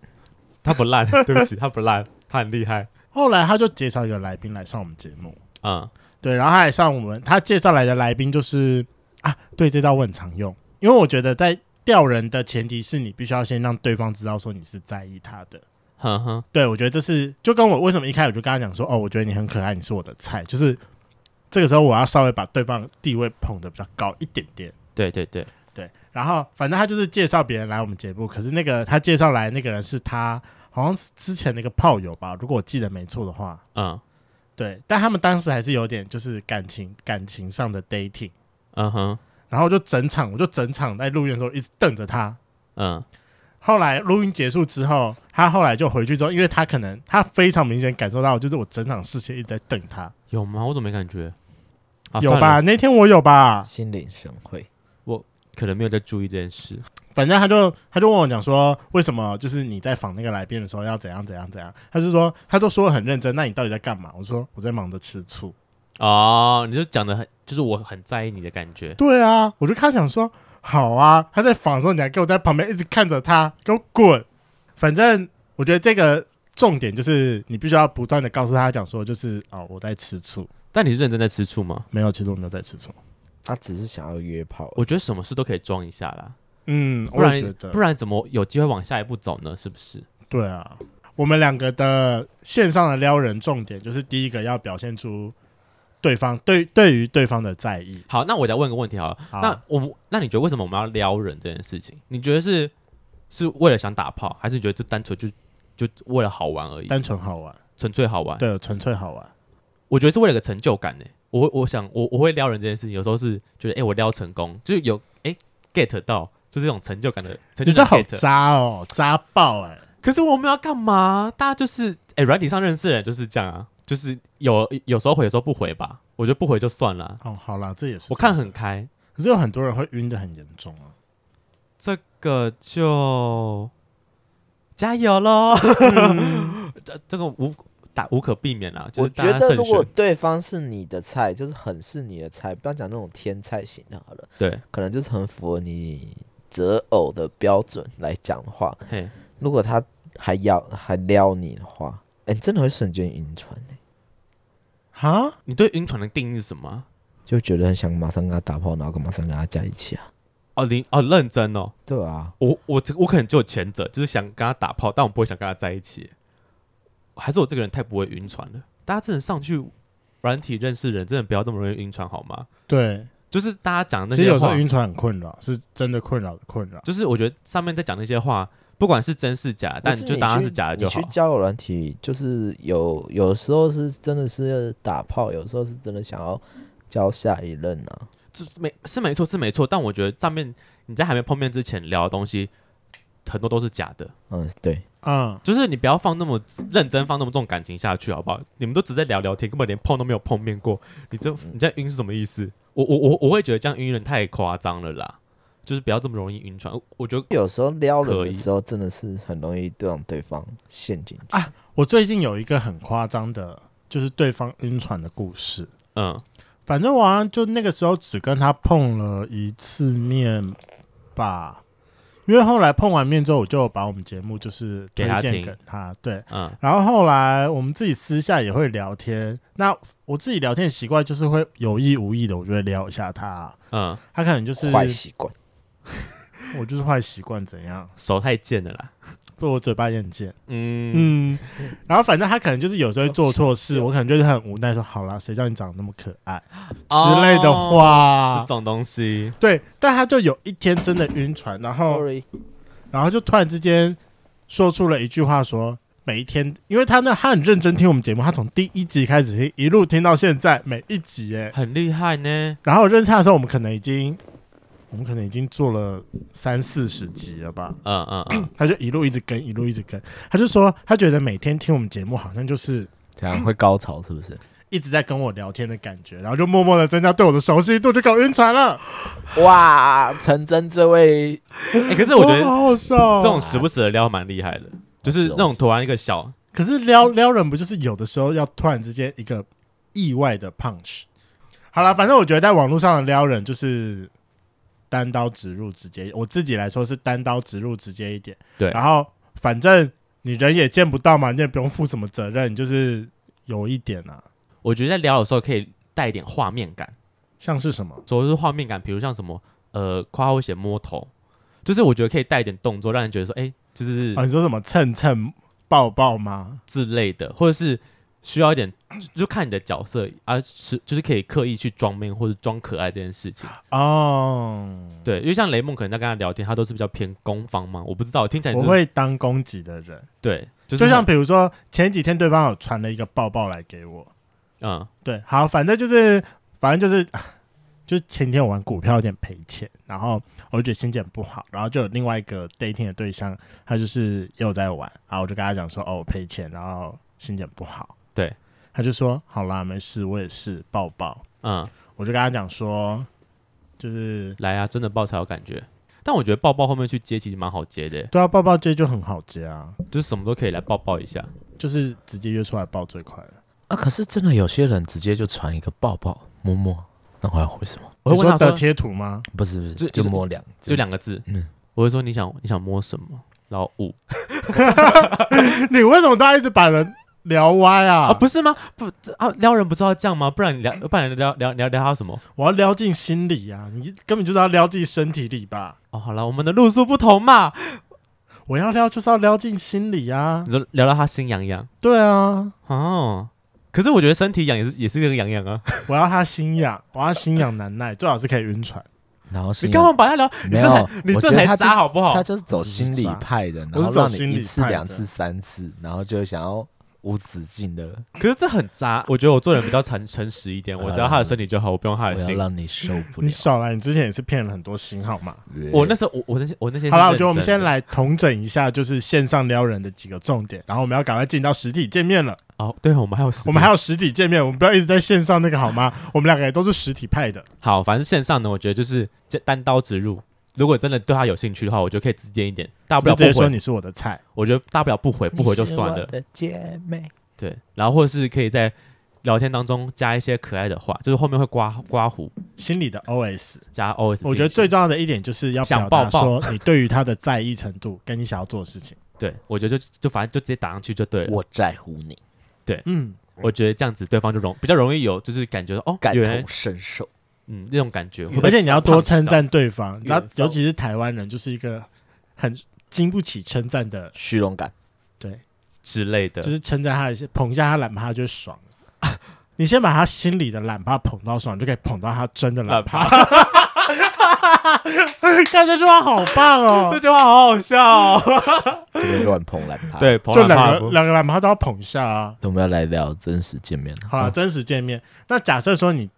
Speaker 2: 他不烂， 对不起，他不烂，他很厉害。
Speaker 1: 后来他就介绍一个来宾来上我们节目，
Speaker 2: 嗯，
Speaker 1: 对，然后他来上我们，他介绍来的来宾就是啊，对，这招我很常用，因为我觉得在调人的前提是你必须要先让对方知道说你是在意他的。
Speaker 2: 哼哼，
Speaker 1: 对，我觉得这是就跟我为什么一开始我就跟他讲说，哦，我觉得你很可爱，你是我的菜，就是这个时候我要稍微把对方地位捧得比较高一点点。
Speaker 2: 对对对，
Speaker 1: 对，然后反正他就是介绍别人来我们节目，可是那个他介绍来那个人是他好像是之前的一个炮友吧，如果我记得没错的话。
Speaker 2: 嗯
Speaker 1: 对，但他们当时还是有点就是感情感情上的 dating，
Speaker 2: 嗯哼
Speaker 1: 然后我就整场我就整场在录音的时候一直瞪着他，
Speaker 2: 嗯，
Speaker 1: 后来录音结束之后，他后来就回去之后，因为他可能他非常明显感受到，就是我整场视线一直在瞪他，
Speaker 2: 有吗？我怎么没感觉？啊
Speaker 1: 有？
Speaker 2: 算
Speaker 1: 吧？
Speaker 2: 了
Speaker 1: 那天我有
Speaker 2: 啊
Speaker 1: 吧？
Speaker 3: 心领神会，
Speaker 2: 可能没有在注意这件事。
Speaker 1: 反正他就他就问我讲说，为什么就是你在访那个来宾的时候要怎样怎样怎样？他就说他都说得很认真，那你到底在干嘛？我说我在忙着吃醋。
Speaker 2: 哦，你就讲的很，就是我很在意你的感觉。
Speaker 1: 对啊，我就看想说，好啊，他在访的时候你还给我在旁边一直看着他，给我滚！反正我觉得这个重点就是你必须要不断的告诉他讲说，就是哦我在吃醋。
Speaker 2: 但你是认真在吃醋吗？
Speaker 1: 没有，其实我没有在吃醋。
Speaker 3: 他只是想要约炮而已，
Speaker 2: 我觉得什么事都可以装一下啦，
Speaker 1: 嗯，
Speaker 2: 不
Speaker 1: 我也觉
Speaker 2: 然
Speaker 1: 得
Speaker 2: 不然怎么有机会往下一步走呢？是不是？
Speaker 1: 对啊，我们两个的线上的撩人重点就是第一个要表现出对方对对于对方的在意。
Speaker 2: 好，那我再问个问题好了。
Speaker 1: 好
Speaker 2: 那我们那你觉得为什么我们要撩人这件事情？你觉得是是为了想打炮，还是你觉得这单纯就就为了好玩而已，
Speaker 1: 单纯好玩，
Speaker 2: 纯粹好玩？
Speaker 1: 对，纯粹好玩。
Speaker 2: 我觉得是为了个成就感呢、我会我想我我会撩人这件事情，有时候是觉得哎、诶我撩成功，就是有哎、get 到，就是这种成就感的成
Speaker 1: 你
Speaker 2: 就
Speaker 1: 这
Speaker 2: 感
Speaker 1: 好
Speaker 2: get。
Speaker 1: 渣哦，渣爆哎、
Speaker 2: 可是我们要干嘛？大家就是哎，诶软、体上认识的人就是这样啊，就是有有时候回，有时候不回吧。我觉得不回就算了啊，
Speaker 1: 哦，好啦，这也是
Speaker 2: 我看，很开。
Speaker 1: 可是有很多人会晕的很严重啊。
Speaker 2: 这个 就加油喽！这这个无大无可避免啦。就
Speaker 3: 嗯我
Speaker 2: 是大
Speaker 3: 觉
Speaker 2: 家
Speaker 3: 得
Speaker 2: 慎
Speaker 3: 如果
Speaker 2: 选
Speaker 3: 对方是你的菜，就是很是你的菜，不要讲那种天菜型的好了，
Speaker 2: 对，
Speaker 3: 可能就是很符合你择偶的标准来讲的话，
Speaker 2: 嘿，
Speaker 3: 如果他还要还撩你的话，哎、你真的会瞬间晕船、欸，
Speaker 1: 哈，
Speaker 2: 你对晕船的定义是什么啊？
Speaker 3: 就觉得很想马上跟他打炮，然后马上跟他在一起啊。
Speaker 2: 哦，你哦，认真哦，
Speaker 3: 对啊，
Speaker 2: 我我这我可能只有前者，就是想跟他打炮，但我不会想跟他在一起。还是我这个人太不会晕船了。大家真的上去软体认识人，真的不要那么容易晕船好吗？
Speaker 1: 对，
Speaker 2: 就是大家讲的
Speaker 1: 其实
Speaker 2: 那些
Speaker 1: 有时
Speaker 2: 话
Speaker 1: 候，晕船很困扰，是真的困扰的困扰。
Speaker 2: 就是我觉得上面在讲那些话，不管是真是假，但
Speaker 3: 不
Speaker 2: 就
Speaker 3: 你
Speaker 2: 当它
Speaker 3: 去
Speaker 2: 是假的就好
Speaker 3: 你去。交友软体，就是有有时候是真的是打炮，有时候是真的想要交下一任啊。
Speaker 2: 就是没是没错是没错，但我觉得上面你在还没碰面之前聊的东西，很多都是假的。
Speaker 3: 嗯，对，
Speaker 1: 嗯，
Speaker 2: 就是你不要放那么认真，放那么重感情下去，好不好？你们都只在聊聊天，根本连碰都没有碰面过，你这你这样晕是什么意思？我我我我会觉得这样晕人太夸张了啦，就是不要这么容易晕船。我觉得
Speaker 3: 有时候撩人
Speaker 2: 可以
Speaker 3: 的时候真的是很容易让对方陷进去。
Speaker 1: 啊我最近有一个很夸张的，就是对方晕船的故事。
Speaker 2: 嗯，
Speaker 1: 反正我好像就那个时候只跟他碰了一次面吧，因为后来碰完面之后，我就把我们节目就是推荐
Speaker 2: 给他
Speaker 1: 给他，对。
Speaker 2: 嗯
Speaker 1: 然后后来我们自己私下也会聊天，那我自己聊天的习惯就是会有意无意的，我就会撩一下他，
Speaker 2: 嗯，
Speaker 1: 他可能就是
Speaker 3: 坏习惯，
Speaker 1: 我就是坏习惯怎样，
Speaker 2: 手太贱了啦。
Speaker 1: 被我嘴巴也很贱，
Speaker 2: 嗯，
Speaker 1: 嗯。然后反正他可能就是 有时候会做错事，我可能就是很无奈说好啦，谁叫你长得那么可爱之类的话，
Speaker 2: 啊 这种东西，
Speaker 1: 对，但他就有一天真的晕船，然后
Speaker 3: Sorry，
Speaker 1: 然后就突然之间说出了一句话说。每一天，因为他呢，他很认真听我们节目，他从第一集开始听，一路听到现在，每一集哎。
Speaker 2: 很厉害呢。
Speaker 1: 然后我认识他的时候，我们可能已经，我们可能已经做了三四十集了吧。
Speaker 2: 嗯嗯嗯，
Speaker 1: 他就一路一直跟，一路一直跟。他就说，他觉得每天听我们节目好像就是
Speaker 3: 这样会高潮是不是？
Speaker 1: 一直在跟我聊天的感觉，然后就默默的增加对我的熟悉度，就搞晕船了。
Speaker 3: 哇，陈真这位
Speaker 2: 哎，可是我觉
Speaker 1: 哇
Speaker 2: 得
Speaker 1: 好好笑哦、
Speaker 2: 这种时不时的撩蛮厉害的，就是那种突然一个小
Speaker 1: 可是撩撩人不就是有的时候要突然之间一个意外的 punch？好了，反正我觉得在网络上的撩人就是单刀直入，直接我自己来说是单刀直入，直接一点。
Speaker 2: 对
Speaker 1: 然后反正你人也见不到嘛，你也不用负什么责任，你就是有一点啊，
Speaker 2: 我觉得在聊的时候可以带一点画面感，
Speaker 1: 像是什么？
Speaker 2: 所谓的画面感，比如像什么呃夸我写摸头，就是我觉得可以带一点动作，让人觉得说哎、就是
Speaker 1: 啊，你说什么蹭蹭抱抱吗？
Speaker 2: 之类的，或者是需要一点就就看你的角色啊，是就是可以刻意去装面或者装可爱这件事情。
Speaker 1: 嗯哦，
Speaker 2: 对，因为像雷梦可能在跟他聊天，他都是比较偏攻方嘛，我不知道，听起来
Speaker 1: 我
Speaker 2: 哎就是
Speaker 1: 会当攻击的人，
Speaker 2: 对，就
Speaker 1: 就是像比如说前几天对方有传了一个抱抱来给我，
Speaker 2: 嗯
Speaker 1: 对，好，反正就是，反正就是，就是前天我玩股票有点赔钱，然后我就觉得心情很不好，然后就有另外一个 dating 的对象，他就是也有在玩，然后我就跟他讲说，哦，我赔钱，然后心情不好，
Speaker 2: 对，
Speaker 1: 他就说，好啦，没事，我也是，抱抱，
Speaker 2: 嗯，
Speaker 1: 我就跟他讲说，就是
Speaker 2: 来啊，真的抱才有感觉。但我觉得抱抱后面去接其实蛮好接的，
Speaker 1: 对啊，抱抱接就很好接啊，
Speaker 2: 就是什么都可以来抱抱一下。
Speaker 1: 就是直接约出来抱最快了。
Speaker 3: 啊，可是真的有些人直接就传一个抱抱摸摸，那我要回什么？
Speaker 2: 我会
Speaker 1: 你
Speaker 2: 问他
Speaker 1: 说
Speaker 2: 说
Speaker 1: 的贴图吗？
Speaker 3: 不是不是，
Speaker 2: 就
Speaker 3: 就
Speaker 2: 就
Speaker 3: 摸两
Speaker 2: 就两个字，
Speaker 3: 嗯
Speaker 2: 我会说你想你想摸什么，然后五
Speaker 1: 你为什么都要一直把人聊歪啊？哎
Speaker 2: 啊，不是吗？不这啊，撩人不是要这样吗？不然你聊，不然你聊聊聊聊他什么？
Speaker 1: 我要撩进心里啊！你根本就是要撩进身体里吧？
Speaker 2: 哦，好了，我们的路数不同嘛。
Speaker 1: 我要撩就是要撩进心里啊
Speaker 2: 你！说聊到他心痒痒
Speaker 1: 对啊，
Speaker 2: 哦，可是我觉得身体痒也是也是这个痒 痒啊。
Speaker 1: 我要他心痒，我要心痒难耐，最好是可以晕船。
Speaker 3: 然后
Speaker 1: 啊
Speaker 3: 是
Speaker 2: 你干嘛把他聊？你
Speaker 3: 没
Speaker 2: 这
Speaker 3: 有
Speaker 2: 才，你
Speaker 3: 我
Speaker 2: 这
Speaker 3: 觉得
Speaker 2: 才
Speaker 3: 他就
Speaker 2: 渣好不好
Speaker 3: 他？就是走心理派的，
Speaker 1: 我
Speaker 3: 然
Speaker 1: 是
Speaker 3: 后
Speaker 1: 走
Speaker 3: 让
Speaker 1: 心
Speaker 3: 你
Speaker 1: 理
Speaker 3: 一次、
Speaker 1: 派的
Speaker 3: 两次、三次，然后就想要无止境的，
Speaker 2: 可是这很渣。我觉得我做人比较诚诚实 一点，我只要他的身体就好，我不用他
Speaker 3: 我
Speaker 2: 的
Speaker 3: 要
Speaker 2: 心。
Speaker 3: 让你受不了
Speaker 1: 你。少来，你之前也是骗了很多心好吗？
Speaker 2: 我那时候我我那些我那些
Speaker 1: 好
Speaker 2: 了，
Speaker 1: 了，我觉得我们先来统整一下，就是线上撩人的几个重点，然后我们要赶快进到实体见面了。
Speaker 2: 哦，对，我们还有时间
Speaker 1: 我们还有实体见面，我们不要一直在线上那个好吗？我们两个也都是实体派的。
Speaker 2: 好，反正线上呢，我觉得就是这单刀直入。如果真的对他有兴趣的话，我觉得可以直接一点，大
Speaker 1: 我
Speaker 2: 不了
Speaker 1: 就
Speaker 2: 不
Speaker 1: 直接说
Speaker 2: 回。
Speaker 1: 你是我的菜，
Speaker 2: 我觉得大不了不回，不回就算了。
Speaker 3: 的姐妹，
Speaker 2: 对，然后或者是可以在聊天当中加一些可爱的话，就是后面会刮刮胡
Speaker 1: 心里的 OS。
Speaker 2: 加 OS 进去。
Speaker 1: 我觉得最重要的一点就是要表达
Speaker 2: 想抱
Speaker 1: 说你对于他的在意程度，跟你想要做的事情。
Speaker 2: 对，我觉得就就反正就直接打上去就对了。我
Speaker 3: 我在乎你，
Speaker 1: 嗯，
Speaker 2: 觉得这样子对方就容比较容易有就是感觉到哦，
Speaker 3: 感
Speaker 2: 有人
Speaker 3: 同身受。
Speaker 2: 嗯那种感觉，
Speaker 1: 而且你要多
Speaker 2: 称
Speaker 1: 称赞对方，你知道
Speaker 3: 远，方
Speaker 1: 尤其是台湾人，就是一个很经不起称赞的，
Speaker 3: 虚荣感，
Speaker 1: 对，
Speaker 2: 之类的，
Speaker 1: 就是称赞他一些，捧一下他懒趴就爽了 你先把他心里的懒趴捧到爽，你就可以捧到他真的懒趴。 看这句话好棒 哦！
Speaker 2: 句话好好笑哦。
Speaker 3: 这边乱碰烂 他。，
Speaker 2: 对，
Speaker 1: 就
Speaker 2: 就
Speaker 1: 两个两个懒趴都要捧一下啊！
Speaker 3: 我们要来聊真实见面了。
Speaker 1: 好了，真实见面。那假设说你，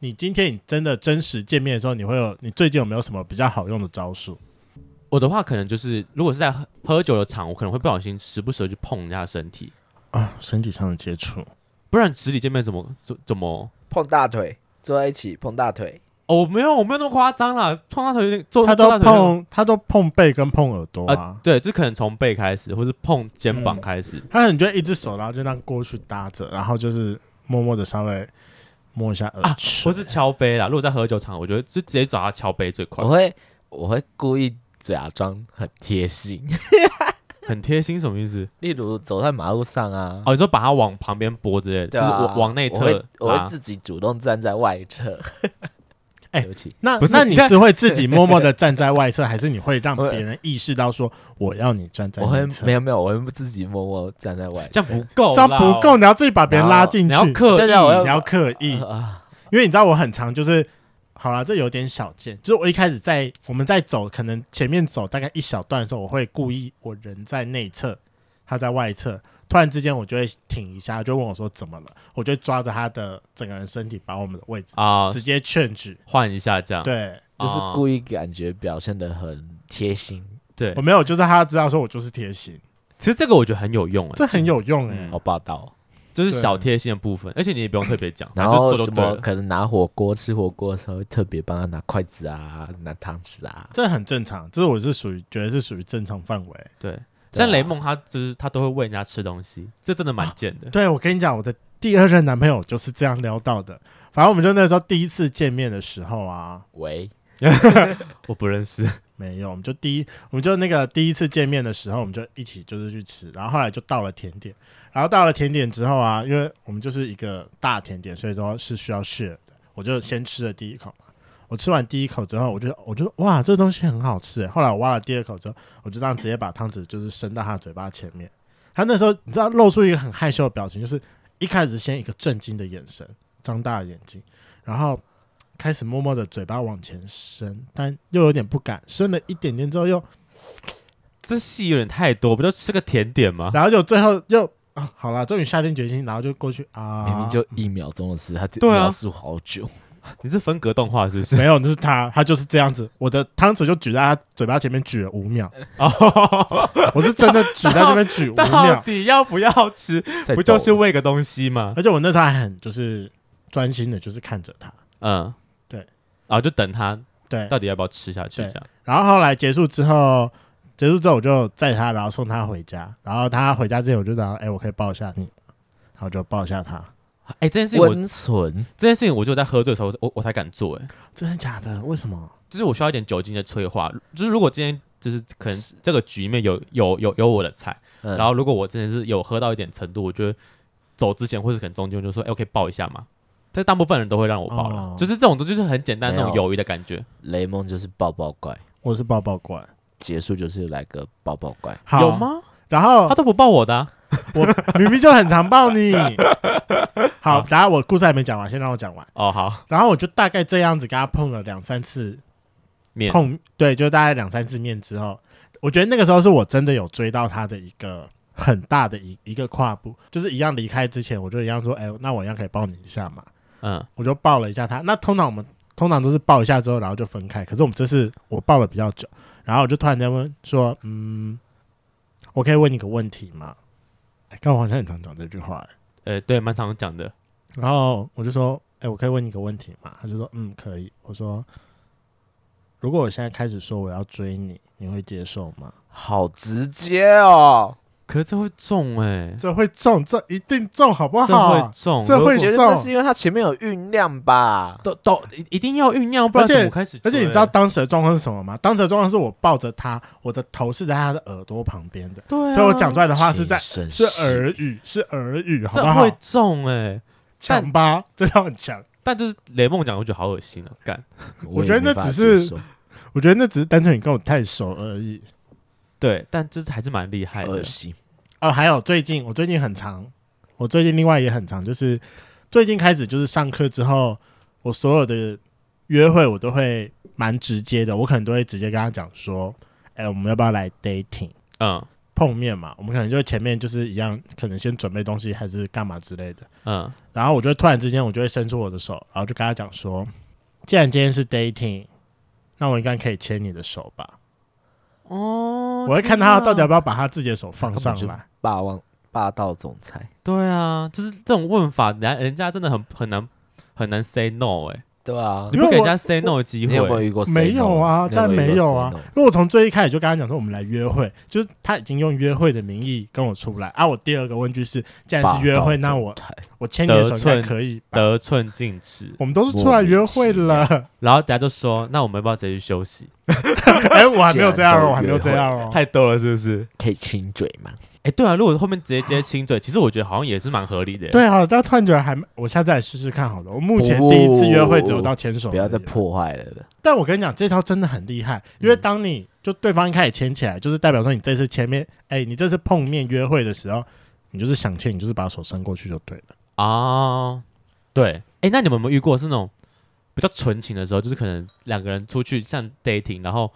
Speaker 1: 你今天你真的真实见面的时候，你会有你最近有没有什么比较好用的招数？
Speaker 2: 我的话可能就是，如果是在喝喝酒的场，我可能会不小心时不时地去碰人家的身体，
Speaker 1: 啊，身体上的接触，
Speaker 2: 不然实体见面怎么怎怎么？
Speaker 3: 碰大腿，坐在一起碰大腿，
Speaker 2: 哦，我没有，我没有那么夸张啦，碰到头有点做
Speaker 1: 他都
Speaker 2: 做到头有点
Speaker 1: 碰，他都碰背跟碰耳朵啊
Speaker 2: 啊，。对，就可能从背开始，或是碰肩
Speaker 1: 嗯
Speaker 2: 膀开始，
Speaker 1: 他可能就一只手，然后就那样过去搭着，然后就是默默的稍微摸一下耳
Speaker 2: 或
Speaker 1: 垂。
Speaker 2: 是敲杯啦。如果在喝酒场，我觉得就直接找他敲杯最快
Speaker 3: 我，会我会故意假装很贴心，
Speaker 2: 很贴心什么意思？
Speaker 3: 例如走在马路上啊，
Speaker 2: 哦，你说把他往旁边拨之类的，就
Speaker 3: 对
Speaker 2: 是
Speaker 3: 啊
Speaker 2: 往往内
Speaker 3: 我会
Speaker 2: 侧啊
Speaker 3: 我
Speaker 2: 拉
Speaker 3: 会自己主动站在外侧。
Speaker 1: 哎
Speaker 3: 对不起，
Speaker 1: 那
Speaker 2: 不是
Speaker 1: 那你
Speaker 2: 你看
Speaker 1: 是会自己默默的站在外侧，还是你会让别人意识到说我要你站在
Speaker 3: 我会
Speaker 1: 内侧
Speaker 3: 没？有没有，我会自己默默站在外
Speaker 2: 这
Speaker 3: 侧。
Speaker 2: 样不够，哦
Speaker 1: 这样不够，，你要自己把别人拉进
Speaker 2: 你
Speaker 1: 去，
Speaker 2: 要刻
Speaker 3: 对
Speaker 2: 意
Speaker 3: 对，我要
Speaker 1: 你要刻意。
Speaker 3: 啊，
Speaker 1: 因为你知道我很常就是，好啦，这有点小贱，就是我一开始在我们在走，可能前面走大概一小段的时候，我会故意我人在内侧，他在外侧，突然之间我就会挺一下，就问我说怎么了，我就抓着他的整个人身体，把我们的位置、
Speaker 2: 啊，
Speaker 1: 直接劝举，
Speaker 2: 换一下这样，
Speaker 1: 对。
Speaker 3: 就是
Speaker 2: 啊
Speaker 3: 故意感觉表现的很贴心，
Speaker 2: 对
Speaker 1: 我。没有，就是他知道说我就是贴心，
Speaker 2: 其实这个我觉得很有用，哎，
Speaker 1: 这很有用哎、
Speaker 2: 嗯
Speaker 3: 好霸道哦。
Speaker 2: 就是
Speaker 1: 对
Speaker 2: 小贴心的部分，而且你也不用特别讲，
Speaker 3: 然
Speaker 2: 反正
Speaker 3: 后
Speaker 2: 就做
Speaker 3: 什
Speaker 2: 就对
Speaker 3: 么
Speaker 2: 了。
Speaker 3: 可能拿火锅吃火锅的时候，会特别帮他拿筷子啊，拿汤匙啊。
Speaker 1: 这很正常，这我是属于觉得是属于正常范围。
Speaker 2: 对，像
Speaker 3: 啊
Speaker 2: 雷梦他就是他都会喂人家吃东西，这真的蛮贱的。
Speaker 1: 对，我跟你讲，我的第二任男朋友就是这样撩到的。反正我们就那时候第一次见面的时候啊，
Speaker 3: 喂，
Speaker 2: 我不认识，
Speaker 1: 没有，我们就第一，我们就那个第一次见面的时候，我们就一起就是去吃，然后后来就到了甜点，然后到了甜点之后啊，因为我们就是一个大甜点，所以说是需要 share 的，我就先吃了第一口嘛。我吃完第一口之后，我就我就哇，这东西很好吃欸耶。后来我挖了第二口欸之后，我就这样直接把汤匙就是伸到他的嘴巴前面。他那时候你知道露出一个很害羞的表情，就是一开始先一个震惊的眼神，张大眼睛，然后开始默默的嘴巴往前伸，但又有点不敢，伸了一点点之后又，
Speaker 2: 这戏有点太多，不就吃个甜点吗？
Speaker 1: 然后就最后又啊，好了，终于下定决心，然后就过去啊，
Speaker 3: 明明就一秒钟的事，他就
Speaker 2: 对啊
Speaker 3: 描述好久。
Speaker 2: 你是分格动画是 不是？
Speaker 1: 没有，那是他，他就是这样子，我的汤匙就举在他嘴巴前面举了五 秒，
Speaker 2: 哦，
Speaker 1: 我是真的举在那边举五
Speaker 2: 到
Speaker 1: 秒，
Speaker 2: 底要不要吃？
Speaker 3: 再
Speaker 2: 不就是
Speaker 3: 抖
Speaker 2: 喂个东西吗？
Speaker 1: 而且我那时候还很就是专心的，就是看着他，
Speaker 2: 嗯，
Speaker 1: 对，
Speaker 2: 然后就等他
Speaker 1: 对，
Speaker 2: 到底要不要吃下去
Speaker 1: 对
Speaker 2: 这样。
Speaker 1: 然后后来结束之后。结束之后，我就载他，然后送他回家。然后他回家之前，我就讲：“哎、我可以抱一下你。”然后就抱一下他。
Speaker 2: 哎，这件事情我
Speaker 3: 温存？
Speaker 2: 这件事情我就在喝醉的时候，我我才敢做，哎，
Speaker 1: 真的假的？为什么？
Speaker 2: 就是我需要一点酒精的催化。就是如果今天就是可能这个局里面有有有有我的菜，
Speaker 3: 嗯
Speaker 2: 然后如果我真的是有喝到一点程度，我觉得走之前或是可能中间我就说，哎、我可以抱一下吗？但大部分人都会让我抱了，
Speaker 1: 哦
Speaker 2: 就是这种就是很简单那种
Speaker 3: 没有
Speaker 2: 友谊的感觉，
Speaker 3: 雷蒙就是抱抱怪，
Speaker 1: 我是抱抱怪，
Speaker 3: 结束就是来个抱抱怪。
Speaker 1: 好
Speaker 2: 有？吗？
Speaker 1: 然后
Speaker 2: 他都不抱我的啊、
Speaker 1: 我明明就很常抱 你。好，等下我故事还没讲完，先让我讲完。
Speaker 2: 哦，好，
Speaker 1: 然后我就大概这样子跟他碰了两三次
Speaker 2: 面
Speaker 1: 碰，对，就大概两三次面之后，我觉得那个时候是我真的有追到他的一个很大的一一个跨步，就是一样离开之前，我就一样说，哎、那我一样可以抱你一下嘛，
Speaker 2: 嗯，
Speaker 1: 我就抱了一下他。那通常我们通常都是抱一下之后，然后就分开。可是我们这次我抱了比较久，然后我就突然间问说：“嗯，我可以问你个问题吗？”哎，刚我好像很常讲这句话、哎
Speaker 2: 呃，对，蛮常讲的，
Speaker 1: 然后我就说：“哎，我可以问你个问题吗？”他就说：“嗯，可以。”我说：“如果我现在开始说我要追你，你会接受吗
Speaker 3: 好直接哦！
Speaker 2: 可是这会中哎、
Speaker 1: 这会中，这一定中，好不
Speaker 2: 这会
Speaker 1: 好？
Speaker 2: 中，
Speaker 1: 这会
Speaker 2: 我
Speaker 3: 我觉得
Speaker 1: 重
Speaker 3: 那是因为它前面有酝酿吧。
Speaker 2: 都都一一定要酝酿，不
Speaker 1: 而
Speaker 2: 然
Speaker 1: 且
Speaker 2: 怎么开始追？
Speaker 1: 而且你知道当时的状况是什么吗？当时的状况是我抱着他，我的头是在他的耳朵旁边的，
Speaker 2: 对、啊，
Speaker 1: 所以我讲出来的话是在
Speaker 3: 是
Speaker 1: 是耳语，是耳语，好
Speaker 2: 这
Speaker 1: 不好
Speaker 2: 会？中哎、但
Speaker 1: 强吧，这招很强。
Speaker 2: 但就是雷梦讲，我觉得好恶心啊！干，
Speaker 1: 我觉得那只是我觉得那只是单纯你跟我太熟而已。
Speaker 2: 对，但就是还是蛮厉害的
Speaker 3: 恶。心，
Speaker 1: 哦，还有最近我最近很长，我最近另外也很长，就是最近开始就是上课之后，我所有的约会我都会蛮直接的，我可能都会直接跟他讲说，哎、我们要不要来 dating
Speaker 2: 嗯
Speaker 1: 碰面嘛？我们可能就前面就是一样，可能先准备东西还是干嘛之类的。
Speaker 2: 嗯
Speaker 1: 然后我就突然之间，我就会伸出我的手，然后就跟他讲说，既然今天是 dating，那我应该可以牵你的手吧？
Speaker 2: 哦，
Speaker 1: 我会看他到底要不要把他自己的手放
Speaker 3: 根
Speaker 1: 上
Speaker 3: 本就
Speaker 1: 来。
Speaker 3: 霸王霸道总裁。
Speaker 2: 对啊，就是这种问法，人家人家真的很很难很难 say no 哎、
Speaker 3: 对啊
Speaker 2: 你，
Speaker 1: 因为
Speaker 2: 不给人
Speaker 1: 我
Speaker 2: 家 say no 的机
Speaker 3: 你
Speaker 2: 会
Speaker 3: 有没有遇过 say no？
Speaker 1: 没有啊，
Speaker 3: 你
Speaker 1: 但
Speaker 3: 没
Speaker 1: 没
Speaker 3: 遇
Speaker 1: 有
Speaker 3: 过 say
Speaker 1: 啊
Speaker 3: no？，
Speaker 1: 因为我从最一开始就跟他讲说我们来约会，就是他已经用约会的名义跟我出来啊。我第二个问句是，既然是约会，
Speaker 3: 霸
Speaker 1: 那
Speaker 3: 道总
Speaker 1: 我
Speaker 3: 裁
Speaker 1: 我牵你的手
Speaker 2: 得
Speaker 1: 应该
Speaker 2: 寸
Speaker 1: 可以吧？
Speaker 2: 得寸进尺。
Speaker 1: 我们都是出来约会了，
Speaker 2: 然后大家就说，那我们要不要直接去休息？
Speaker 1: 哎，我还没有这样
Speaker 3: 既然
Speaker 1: 哦，
Speaker 3: 都
Speaker 1: 我还没有这样哦。
Speaker 2: 太逗了，是不是？
Speaker 3: 可以亲嘴吗？
Speaker 2: 哎、对啊，如果后面直接接亲嘴，其实我觉得好像也是蛮合理的、，
Speaker 1: 对啊，但突然觉得还蛮，我下次来试试看好了。我目前
Speaker 3: 不
Speaker 1: 第一次约会只有到牵手，
Speaker 3: 不要再。破坏了。
Speaker 1: 但我跟你讲，这招真的很厉害，因为
Speaker 2: 嗯
Speaker 1: 当你就对方一开始牵起来，就是代表说你这次前面，哎，你这次碰面约会的时候，你就是想牵，你就是把手伸过去就对了。
Speaker 2: 哦，对，哎、那你们有没有遇过是那种比较纯情的时候，就是可能两个人出去像 dating，然后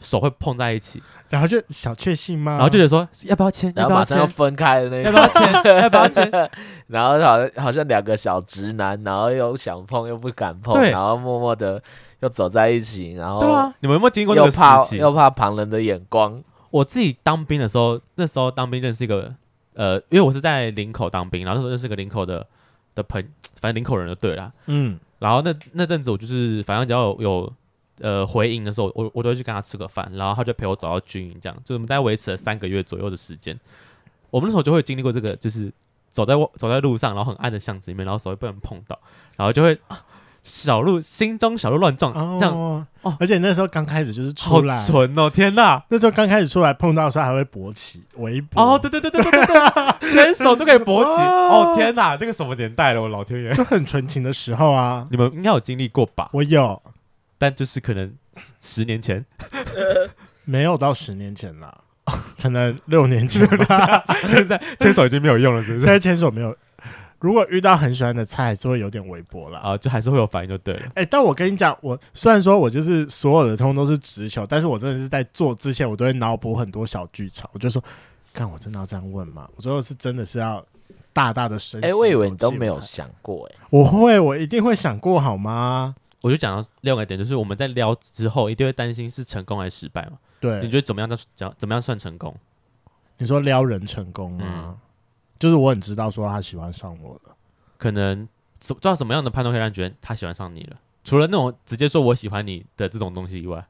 Speaker 2: 手会碰在一起，
Speaker 1: 然后就小确幸吗？
Speaker 2: 然后就觉得说要不要签，
Speaker 3: 啊然
Speaker 2: 要
Speaker 3: 后
Speaker 2: 不
Speaker 3: 马
Speaker 2: 要
Speaker 3: 上
Speaker 2: 签
Speaker 3: 要，分开的那
Speaker 2: 要不要
Speaker 3: 种，
Speaker 2: 签，要不要签？
Speaker 3: 然后好像好像两个小直男，然后又想碰又不敢碰，
Speaker 2: 对
Speaker 3: 然后默默的又走在一起，然后
Speaker 2: 对啊，你们有没有经过那
Speaker 3: 又
Speaker 2: 个
Speaker 3: 怕
Speaker 2: 时期？
Speaker 3: 又怕旁人的眼光，
Speaker 2: 我自己当兵的时候，那时候当兵认识一个，呃，因为我是在林口当兵，然后那时候认识一个林口的的朋，反正林口人就对啦。
Speaker 1: 嗯，
Speaker 2: 然后那那阵子我就是，反正只要有有呃回营的时候，我我都会去跟他吃个饭，然后他就陪我走到军营，这样，就我们大概维持了三个月左右的时间。我们那时候就会经历过这个，就是走在走在路上，然后很暗的巷子里面，然后手会被人碰到，然后就会、啊小鹿心中小鹿乱撞，
Speaker 1: 哦，
Speaker 2: 这样哦
Speaker 1: 而且那时候刚开始就是
Speaker 2: 好
Speaker 1: 出来，
Speaker 2: 纯哦，天哪！
Speaker 1: 那时候刚开始出来碰到的时候还会勃起围脖，
Speaker 2: 哦，对对对对对 对对，牵手就可以勃起。
Speaker 1: 哦
Speaker 2: 哦天哪，这个什么年代了，我老天爷！
Speaker 1: 就很纯情的时候啊。
Speaker 2: 你们应该有经历过吧？
Speaker 1: 我有
Speaker 2: 但就是可能十年前，
Speaker 1: 没有到十年前啦？
Speaker 2: 哦
Speaker 1: 可能六年前吧。
Speaker 2: 现在牵手已经没有用了，是 不
Speaker 1: 现？在牵手没有，如果遇到很喜欢的菜，就会有点微薄啦。
Speaker 2: 啊，就还是会有反应就对了。
Speaker 1: 哎、但我跟你讲，我虽然说我就是所有的通通都是直球，但是我真的是在做之前，我都会脑补很多小剧场。我就说，看我真的要这样问吗？我最后是真的是要大大的深吸一
Speaker 3: 哎，
Speaker 1: 口气。
Speaker 3: 我以为你都没
Speaker 1: 我才
Speaker 3: 有想过，哎，
Speaker 1: 啊我会，我一定会想过好吗？
Speaker 2: 我就讲到另外一个点，就是我们在撩之后，一定会担心是成功还是失败嘛？
Speaker 1: 对，
Speaker 2: 你觉得怎么样叫怎怎么样算成功？
Speaker 1: 你说撩人成功
Speaker 3: 嗯
Speaker 1: 吗？就是我很知道说他喜欢上我了，
Speaker 2: 可能知道什么样的判断会让你觉得他喜欢上你了？除了那种直接说我喜欢你的这种东西以外，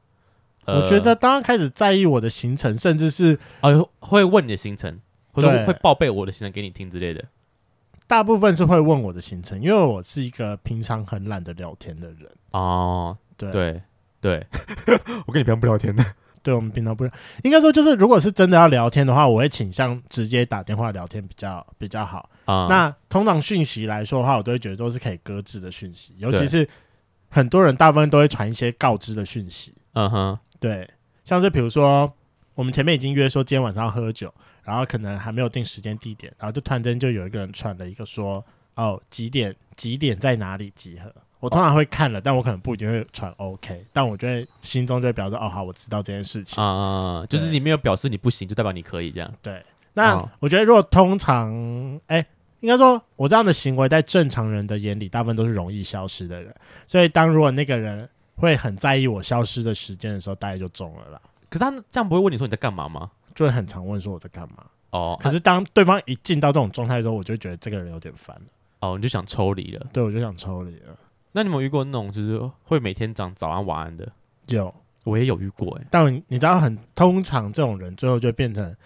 Speaker 2: 呃
Speaker 1: 我觉得当他开始在意我的行程，甚至是
Speaker 2: 哦会问你的行程，或者
Speaker 1: 对
Speaker 2: 会报备我的行程给你听之类的。
Speaker 1: 大部分是会问我的行程，因为我是一个平常很懒得聊天的人。
Speaker 2: 哦，
Speaker 1: 对啊
Speaker 2: 对对，我跟你平常不聊天的。
Speaker 1: 对我们平常不是，应该说就是，如果是真的要聊天的话，我会倾向直接打电话聊天比较比较好。
Speaker 2: 啊、
Speaker 1: 那通常讯息来说的话，我都会觉得都是可以搁置的讯息，尤其
Speaker 2: 对
Speaker 1: 是很多人大部分都会传一些告知的讯息。
Speaker 2: 嗯哼，
Speaker 1: 对，像是比如说，我们前面已经约说今天晚上要喝酒，然后可能还没有定时间地点，然后就突然间就有一个人传了一个说，哦，几点几点在哪里集合。我通常会看了，但我可能不一定会传 OK，但我就会心中就会表示哦，好，我知道这件事情。
Speaker 2: 啊、啊，就是
Speaker 1: 对
Speaker 2: 你没有表示你不行，就代表你可以这样。
Speaker 1: 对，那、
Speaker 2: 哦
Speaker 1: 我觉得如果通常，哎、应该说我这样的行为在正常人的眼里，大部分都是容易消失的人，所以当如果那个人会很在意我消失的时间的时候，大概就中了啦，
Speaker 2: 可是他这样不会问你说你在干嘛吗？
Speaker 1: 就会很常问说我在干嘛。
Speaker 2: 哦，
Speaker 1: 可
Speaker 2: 是
Speaker 1: 是当对方一进到这种状态的时候，我就觉得这个人有点烦了，
Speaker 2: 哦，你就想抽离了。
Speaker 1: 对我就想抽离了。
Speaker 2: 那你有没有遇过那种就是会每天讲早安晚安的？
Speaker 1: 有，欸
Speaker 2: 我也有遇过哎、
Speaker 1: 但你知道很通常这种人最后就变成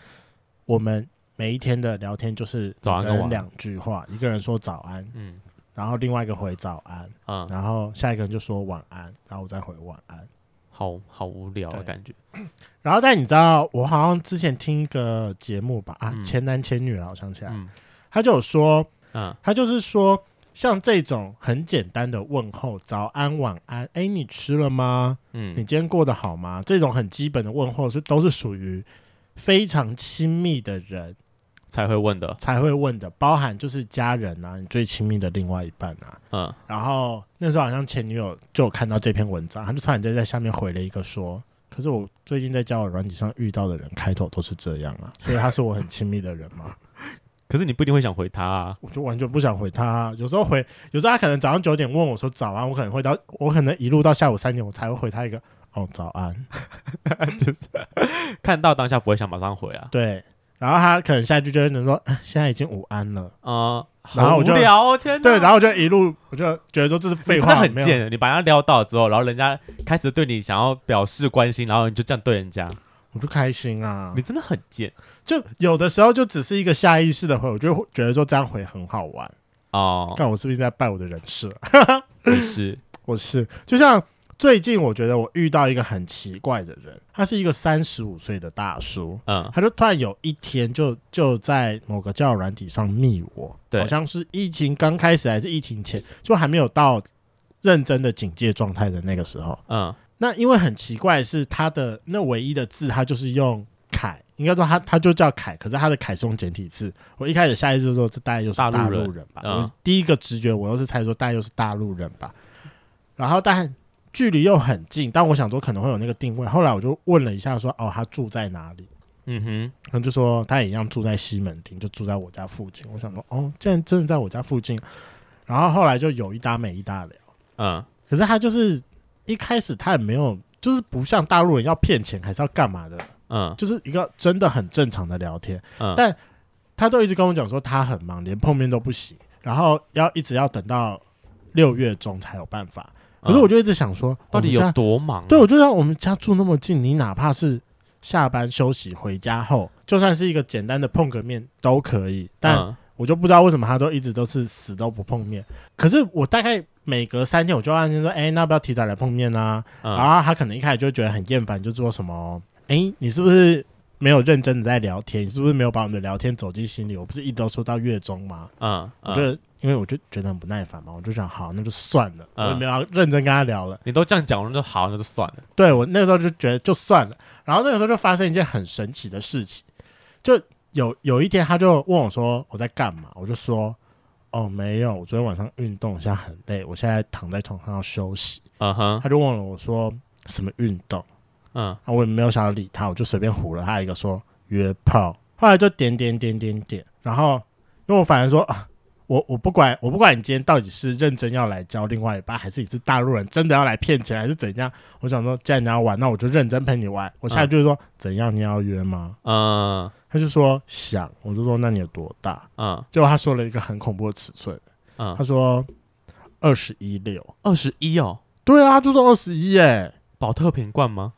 Speaker 1: 我们每一天的聊天就是
Speaker 2: 早安跟晚安
Speaker 1: 人两句话，一个人说早安，
Speaker 2: 嗯
Speaker 1: 然后另外一个回早安，
Speaker 2: 啊，
Speaker 1: 然后下一个人就说晚安，然后我再回晚安。
Speaker 2: 好好无聊啊，
Speaker 1: 对
Speaker 2: 感觉
Speaker 1: 然后但你知道，我好像之前听一个节目吧，啊，
Speaker 2: 嗯
Speaker 1: 前男前女啦，我想起来，
Speaker 2: 嗯
Speaker 1: 他就有说，
Speaker 2: 嗯
Speaker 1: 他就是说，像这种很简单的问候，早安、晚安，哎，你吃了吗？你
Speaker 2: 嗯
Speaker 1: 今天过得好吗？这种很基本的问候是都是属于非常亲密的人
Speaker 2: 才会问的，
Speaker 1: 才会问的，包含就是家人啊，你最亲密的另外一半啊。
Speaker 2: 嗯
Speaker 1: 然后那时候好像前女友就有看到这篇文章，她就突然间在下面回了一个说。可是我最近在交友软体上遇到的人，开头都是这样啊，所以他是我很亲密的人嘛。
Speaker 2: 可是你不一定会想回他啊，
Speaker 1: 我就完全不想回他、啊有时候回，有时候他可能早上九点问我说早安，我可能会到，我可能一路到下午三点，我才会回他一个哦早安。
Speaker 2: 看到当下不会想马上回啊，
Speaker 1: 对，然后他可能下一句就会能说啊现在已经午安了。
Speaker 2: 啊，
Speaker 1: 然
Speaker 2: 好
Speaker 1: 后
Speaker 2: 无
Speaker 1: 我就
Speaker 2: 聊哦，天哪，
Speaker 1: 对，然后我就一路我就觉得说这是
Speaker 2: 你
Speaker 1: 废
Speaker 2: 真的
Speaker 1: 话，
Speaker 2: 很
Speaker 1: 没有。
Speaker 2: 贱，你把人家撩到之后，然后人家开始对你想要表示关心，然后你就这样对人家，
Speaker 1: 我就开心啊
Speaker 2: 你。真的很贱
Speaker 1: 就有的时候就只是一个下意识的回，我就会觉得说这样回很好玩。
Speaker 2: 哦，
Speaker 1: 看我是不是在拜我的人设？ 嗯
Speaker 2: 也是，
Speaker 1: 我是，就像最近我觉得我遇到一个很奇怪的人，他是一个三十五岁的大叔，
Speaker 2: 嗯
Speaker 1: 他就突然有一天就就在某个交友软体上密我，
Speaker 2: 对
Speaker 1: 好像是疫情刚开始还是疫情前，就还没有到认真的警戒状态的那个时候。
Speaker 2: 嗯
Speaker 1: 那因为很奇怪的是他的那唯一的字，他就是用凯，应该说他他就叫凯，可是他的凯是用简体字。我一开始下意识说这大概就是
Speaker 2: 大陆
Speaker 1: 大
Speaker 2: 人
Speaker 1: 陆人吧，
Speaker 2: 嗯
Speaker 1: 我第一个直觉我又是猜说大概就是大陆人吧。然后但距离又很近，但我想说可能会有那个定位。后来我就问了一下说哦他住在哪里，
Speaker 2: 嗯哼，
Speaker 1: 然后就说他也一样住在西门町，就住在我家附近。我想说哦，竟然真的在我家附近。然后后来就有一搭没一搭聊，
Speaker 2: 嗯
Speaker 1: 可是他就是一开始他也没有，就是不像大陆人要骗钱还是要干嘛的，
Speaker 2: 嗯
Speaker 1: 就是一个真的很正常的聊天。
Speaker 2: 嗯，
Speaker 1: 但他都一直跟我讲说他很忙，连碰面都不行，然后要一直要等到六月中才有办法。可是我
Speaker 2: 就
Speaker 1: 就一直想说，
Speaker 2: 嗯
Speaker 1: 哦
Speaker 2: 到底
Speaker 1: 我
Speaker 2: 有
Speaker 1: 们家
Speaker 2: 多忙啊？
Speaker 1: 对，我就让我们家住那么近，你哪怕是下班休息回家后，就算是一个简单的碰个面都可以。但
Speaker 2: 嗯
Speaker 1: 我就不知道为什么他都一直都是死都不碰面。可是我大概每隔三天，我就按键说，哎、那要不要提早来碰面啊？
Speaker 2: 嗯
Speaker 1: 然后他可能一开始就觉得很厌烦，就说什么，哎、你是不是？没有认真的在聊天，你是不是没有把我们的聊天走进心里？我不是一直都说到月中吗？
Speaker 2: 嗯
Speaker 1: 我
Speaker 2: 嗯，
Speaker 1: 觉得，因为我就觉得很不耐烦嘛，我就想好，那就算了，我也
Speaker 2: 嗯
Speaker 1: 没有要认真跟他聊了。
Speaker 2: 你都这样讲，那就好，那就算了。
Speaker 1: 对我那个时候就觉得就算了，然后那个时候就发生一件很神奇的事情，就有有一天他就问我说我在干嘛，我就说哦没有，我昨天晚上运动，现在很累，我现在躺在床上要休息。
Speaker 2: 嗯哼，
Speaker 1: 他就问了我说什么运动，
Speaker 2: 嗯
Speaker 1: 啊我也没有想要理他，我就随便唬了他一个说约炮，后来就点点点点点，然后因为我反而说啊。我我不管，我不管你今天到底是认真要来交另外一半，还是你是大陆人真的要来骗钱，还是怎样？我想说，既然你要玩，那我就认真陪你玩。我下一句就说、怎样？你要约吗？
Speaker 2: 嗯
Speaker 1: 他就说想，我就说那你有多大？
Speaker 2: 嗯
Speaker 1: 结果他说了一个很恐怖的尺寸，他
Speaker 2: 嗯，
Speaker 1: 说二十一六。
Speaker 2: 二十一哦，
Speaker 1: 对啊，他就说二十一哎，
Speaker 2: 保特瓶罐吗？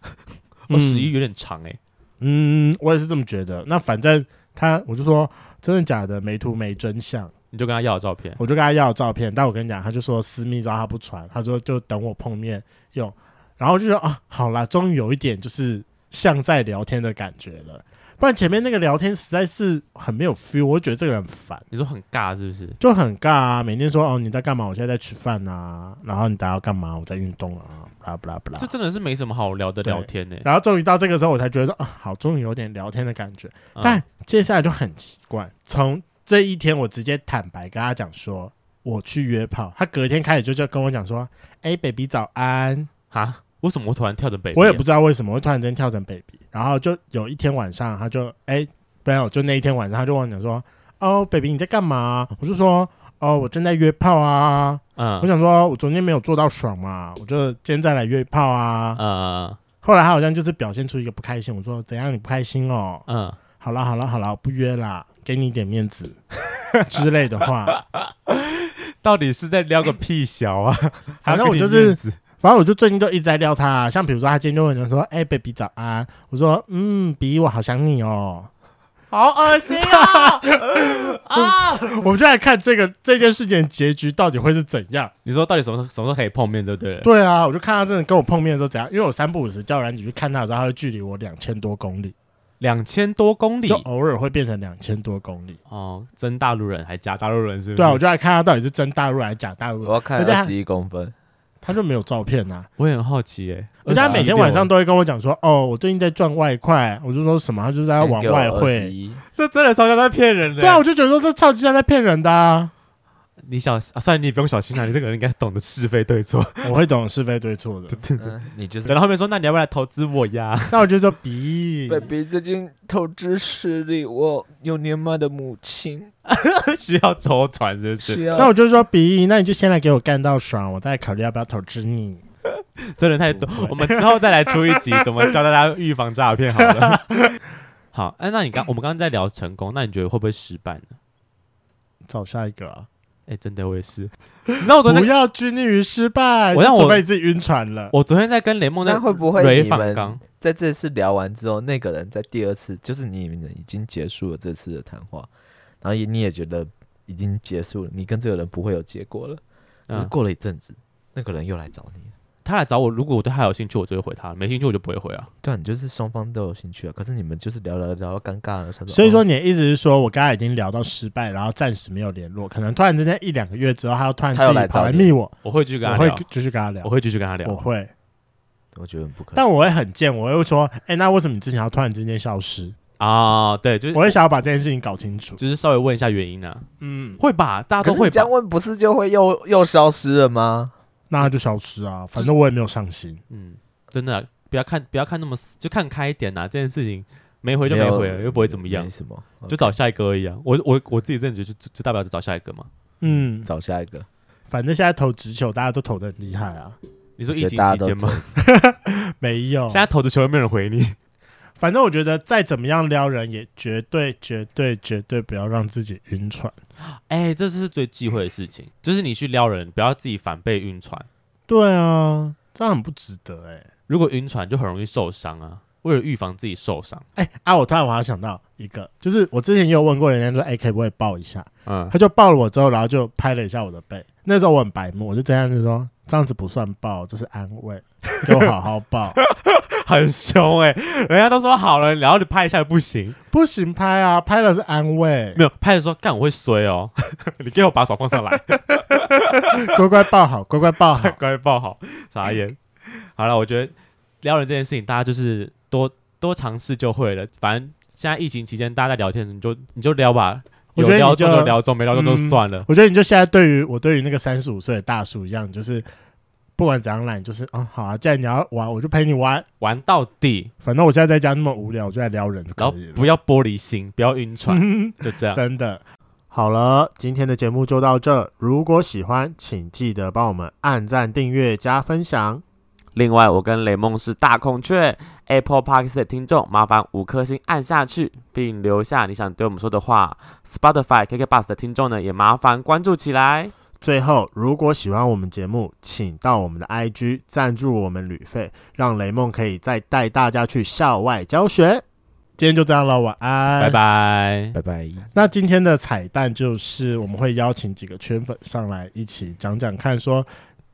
Speaker 2: 二十一
Speaker 1: 嗯
Speaker 2: 有点长哎，
Speaker 1: 嗯，我也是这么觉得。那反正他，我就说真的假的，没图没真相，
Speaker 2: 你就跟他要照片。
Speaker 1: 我就跟他要照片。但我跟你讲，他就说私密照他不传，他说就等我碰面用。然后我就说啊，好啦，终于有一点就是像在聊天的感觉了。不然前面那个聊天实在是很没有 feel，我就觉得这个人很烦，
Speaker 2: 你说很尬是不是？
Speaker 1: 就很尬啊。每天说哦你在干嘛？我现在在吃饭啊，然后你等下要干嘛？我在运动啊，不啦不啦不啦
Speaker 2: 这。真的是没什么好聊的聊天欸呢。
Speaker 1: 然后终于到这个时候，我才觉得啊，好，终于有点聊天的感觉。
Speaker 2: 嗯
Speaker 1: 但接下来就很奇怪，从这一天我直接坦白跟他讲说我去约炮，他隔天开始就就跟我讲说，哎、b a b y 早安，
Speaker 2: 啊，为什么我突然跳成北？啊
Speaker 1: 我也不知道为什么会突然间跳成 baby，然后就有一天晚上他就哎、没有，就那一天晚上他就问我讲说，哦，baby 你在干嘛？我就说。哦，我正在约炮啊！
Speaker 2: 嗯
Speaker 1: 我想说，我昨天没有做到爽嘛，我就今天再来约炮啊。
Speaker 2: 嗯
Speaker 1: 后来他好像就是表现出一个不开心，我说怎样你不开心哦？
Speaker 2: 嗯，
Speaker 1: 好啦好啦好啦，我不约啦，给你一点面子之类的话。
Speaker 2: 到底是在撩个屁小 啊？
Speaker 1: 反正我就
Speaker 2: 还要给你面
Speaker 1: 是
Speaker 2: 子，
Speaker 1: 反正我就最近就一直在撩他、像比如说他今天就问我说：“哎、b a b y 早安。”我说：“嗯，比我好想你哦。”
Speaker 3: 好恶心啊！啊，
Speaker 1: 我们就来看这个这件事情的结局到底会是怎样。
Speaker 2: 你说到底什么时候什么时候可以碰面，对不对？
Speaker 1: 对啊，我就看他真的跟我碰面的时候怎样，因为我三不五时叫软体去看他的时候，他会距离我两千多公里，
Speaker 2: 两千多公里
Speaker 1: 就哦偶尔会变成两千多公里。
Speaker 2: 哦，真大陆人还假大陆人是不是？
Speaker 1: 对啊，我就来看他到底是真大陆还是假大
Speaker 3: 我
Speaker 1: 陆，
Speaker 3: 要看
Speaker 1: 大家
Speaker 3: 二十一公分，
Speaker 1: 他就没有照片啊。
Speaker 2: 我也很好奇哎、
Speaker 1: 而且他每天晚上都会跟我讲说，哦，我最近在赚外快，我就说什么，他就是在往外汇。
Speaker 3: 汇。
Speaker 2: 这真的超像在骗人的、
Speaker 1: 对啊，我，就觉得说这超级像在骗人的啊！
Speaker 2: 你小啊，算了，你不用小心了、你这个人应该懂得是非对错。
Speaker 1: 我会懂是非对错的。
Speaker 3: 嗯你就是
Speaker 2: 等到后面说，那你要不要来投资我呀？
Speaker 1: 那我就说比，
Speaker 3: ，baby 最近透支失利，我有年迈的母亲
Speaker 2: 需要周转是不是？
Speaker 3: 需要。
Speaker 1: 那我就说比，那你就先来给我干到爽，我再考虑要不要投资你。
Speaker 2: 真的太多，我们之后再来出一集，怎么教大家预防诈骗好了。 好，哎、那你刚我们刚刚在聊成功，那你觉得会不会失败呢？
Speaker 1: 找下一个啊！
Speaker 2: 哎、真的我也是。你知道我昨
Speaker 1: 不
Speaker 2: 天，
Speaker 1: 要拘泥于失败，
Speaker 2: 我让
Speaker 1: 就
Speaker 2: 我
Speaker 1: 除非你自己晕船了。
Speaker 2: 我昨天在跟雷梦在
Speaker 3: 那会不会
Speaker 2: 蕊
Speaker 3: 你
Speaker 2: 访
Speaker 3: 们
Speaker 2: 刚，
Speaker 3: 在这次聊完之后，那个人在第二次，就是你们已经结束了这次的谈话，然后也你也觉得已经结束了，你跟这个人不会有结果了。可是
Speaker 2: 嗯，
Speaker 3: 过了一阵子，那个人又来找你了，
Speaker 2: 他来找我，如果我对他有兴趣，我就会回他；没兴趣，我就不会回啊。
Speaker 3: 对、啊，你就是双方都有兴趣啊，可是你们就是聊聊聊到尴尬了，想
Speaker 1: 所以说，
Speaker 3: 哦
Speaker 1: 你的意思是说我刚才已经聊到失败，然后暂时没有联络，可能突然之间一两个月之后，他要突然自
Speaker 3: 他又
Speaker 1: 己
Speaker 3: 来
Speaker 1: 跑
Speaker 3: 找
Speaker 1: 来
Speaker 3: 你
Speaker 1: 密我，
Speaker 2: 我会继续跟
Speaker 1: 我
Speaker 2: 他
Speaker 1: 会
Speaker 2: 聊，
Speaker 1: 继续跟他聊
Speaker 2: 我，会继续跟他
Speaker 1: 我
Speaker 2: 聊。
Speaker 1: 会，
Speaker 3: 我觉得很不可能。
Speaker 1: 但我会很贱，我会说，哎，那为什么你之前要突然之间消失？
Speaker 2: 啊，对，就是
Speaker 1: 我会想要把这件事情搞清楚。
Speaker 2: 就是稍微问一下原因啊，
Speaker 1: 嗯，
Speaker 2: 会吧？大家
Speaker 3: 可
Speaker 2: 都
Speaker 3: 是
Speaker 2: 会
Speaker 3: 你这
Speaker 2: 吧
Speaker 3: 样？问不是就会又又消失了吗？
Speaker 1: 那他就消失啊，反正我也没有上心。
Speaker 2: 嗯，真的啊、不要看不要看那么死，就看开一点呐、这件事情没回就没
Speaker 3: 有
Speaker 2: 回了，又不会怎么样
Speaker 3: 没。什么，
Speaker 2: 就找下一个而已啊。我我我自己真的觉得就就就大不了就找下一个嘛。
Speaker 1: 嗯，
Speaker 3: 找下一个。
Speaker 1: 反正现在投直球，大家都投的很厉害啊，
Speaker 2: 你说
Speaker 3: 我
Speaker 2: 疫
Speaker 3: 觉得
Speaker 2: 情
Speaker 3: 大
Speaker 2: 期
Speaker 3: 家都
Speaker 2: 间吗？
Speaker 1: 没有
Speaker 2: 现。在投的球又没有人回 你，
Speaker 1: 反正我觉得再怎么样撩人，也绝对、绝对、绝对不要让自己晕船。
Speaker 2: 哎、这是最忌讳的事情，就是你去撩人，不要自己反被晕船。
Speaker 1: 对啊，这样很不值得哎、
Speaker 2: 如果晕船就很容易受伤啊。为了预防自己受伤，
Speaker 1: 哎、啊！我突然我还想到一个，就是我之前也有问过人家说，哎、可不可以抱一下？
Speaker 2: 嗯，
Speaker 1: 他就抱了我之后，然后就拍了一下我的背。那时候我很白目，我就这样就说，这样子不算抱，这是安慰，给我好好抱，
Speaker 2: 很凶哎、人家都说好了，然后你拍一下不行，
Speaker 1: 不行拍啊，拍了是安慰，
Speaker 2: 没有拍的时候干我会衰哦， 你给我把手放上来，
Speaker 1: 乖乖抱好，乖乖抱好。
Speaker 2: 乖抱好，傻眼。好了，我觉得撩人这件事情，大家就是多多尝试就会了。反正现在疫情期间，大家在聊天，你就你就撩吧，
Speaker 1: 我
Speaker 2: 有
Speaker 1: 觉得
Speaker 2: 撩
Speaker 1: 你
Speaker 2: 中
Speaker 1: 就嗯
Speaker 2: 就聊中，没聊中就算了。
Speaker 1: 我觉得你就现在对于我对于那个三十五岁的大叔一样，就是不管怎样懒，就是啊、好啊，既然你要玩，我就陪你玩。
Speaker 2: 玩到底，
Speaker 1: 反正我现在在家那么无聊，我就来撩人就可
Speaker 2: 然后
Speaker 1: 以了。
Speaker 2: 不要玻璃心，不要晕船， 就这样。
Speaker 1: 真的。好了，今天的节目就到这。如果喜欢，请记得帮我们按赞、订阅、加分享。
Speaker 4: 另外，我跟雷梦是大孔雀 Apple Park 的听众，麻烦五颗星按下去，并留下你想对我们说的话。Spotify KK Bus 的听众呢，也麻烦关注起来。
Speaker 1: 最后，如果喜欢我们节目，请到我们的 IG 赞助我们旅费，让雷梦可以再带大家去校外教学。今天就这样了，晚安，
Speaker 2: 拜。拜。
Speaker 3: 拜拜。
Speaker 1: 那今天的彩蛋就是我们会邀请几个圈粉上来一起讲讲看，说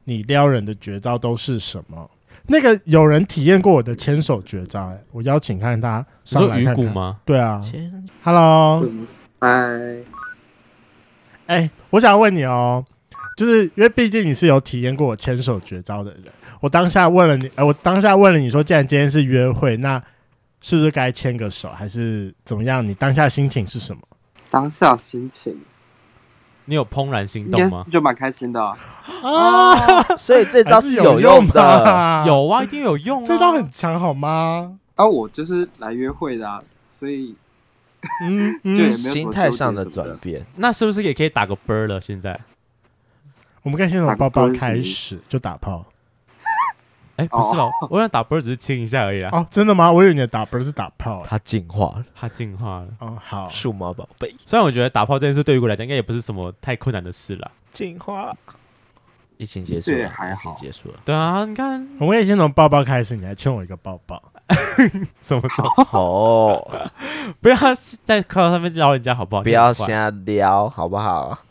Speaker 1: 你撩人的绝招都是什么。那个有人体验过我的牵手绝招、哎，我邀请看他
Speaker 2: 你
Speaker 1: 上
Speaker 2: 说
Speaker 1: 来
Speaker 2: 鱼
Speaker 1: 看
Speaker 2: 骨
Speaker 1: 看。
Speaker 2: 吗？
Speaker 1: 对啊
Speaker 3: 前
Speaker 1: ，Hello，
Speaker 5: 嗨，
Speaker 1: 哎、我想问你哦，就是因为毕竟你是有体验过我牵手绝招的人，我当下问了你，呃，我当下问了你说，既然今天是约会，那是不是该牵个手，还是怎么样？你当下心情是什么？
Speaker 5: 当下心情
Speaker 2: 你有怦然心
Speaker 5: 应
Speaker 2: 动
Speaker 5: 该
Speaker 2: 吗？
Speaker 5: 就蛮开心的啊、
Speaker 1: 啊，
Speaker 3: 所以这
Speaker 1: 还
Speaker 3: 招
Speaker 1: 是
Speaker 3: 有
Speaker 1: 用
Speaker 3: 用的。
Speaker 1: 吧，
Speaker 2: 有啊，一定有用啊。
Speaker 1: 这招很强好吗？
Speaker 5: 啊，我就是来约会的、啊，所以
Speaker 1: 嗯
Speaker 5: 就也没有
Speaker 1: 嗯，
Speaker 5: 什么
Speaker 3: 心态上
Speaker 5: 纠结什么
Speaker 3: 转
Speaker 5: 的。
Speaker 3: 变，
Speaker 2: 那是不是也可以打个啵儿了？现在？
Speaker 1: 我们可以先从抱抱开始，就打炮。
Speaker 2: 哎，不是哦，我想打啵儿只是亲一下而已 啦。
Speaker 1: 哦，真的吗？我以为你的打不是打炮、欸。
Speaker 3: 它进化了。
Speaker 2: 他进化了。
Speaker 1: 哦，好，
Speaker 3: 数码宝贝
Speaker 2: 虽然我觉得打炮这件事对于我来讲应该也不是什么太困难的事啦。
Speaker 3: 进化，疫情结束
Speaker 5: 这也
Speaker 3: 了，
Speaker 5: 还
Speaker 3: 疫情
Speaker 5: 好
Speaker 3: 结束了。
Speaker 2: 对啊，你看
Speaker 1: 我们可以先从抱抱开始，你还欠我一个抱抱。
Speaker 2: 什么都
Speaker 3: 哦，
Speaker 2: 不要在课堂上面撩人家好不好？
Speaker 3: 不要
Speaker 2: 先。
Speaker 3: 瞎撩好不好？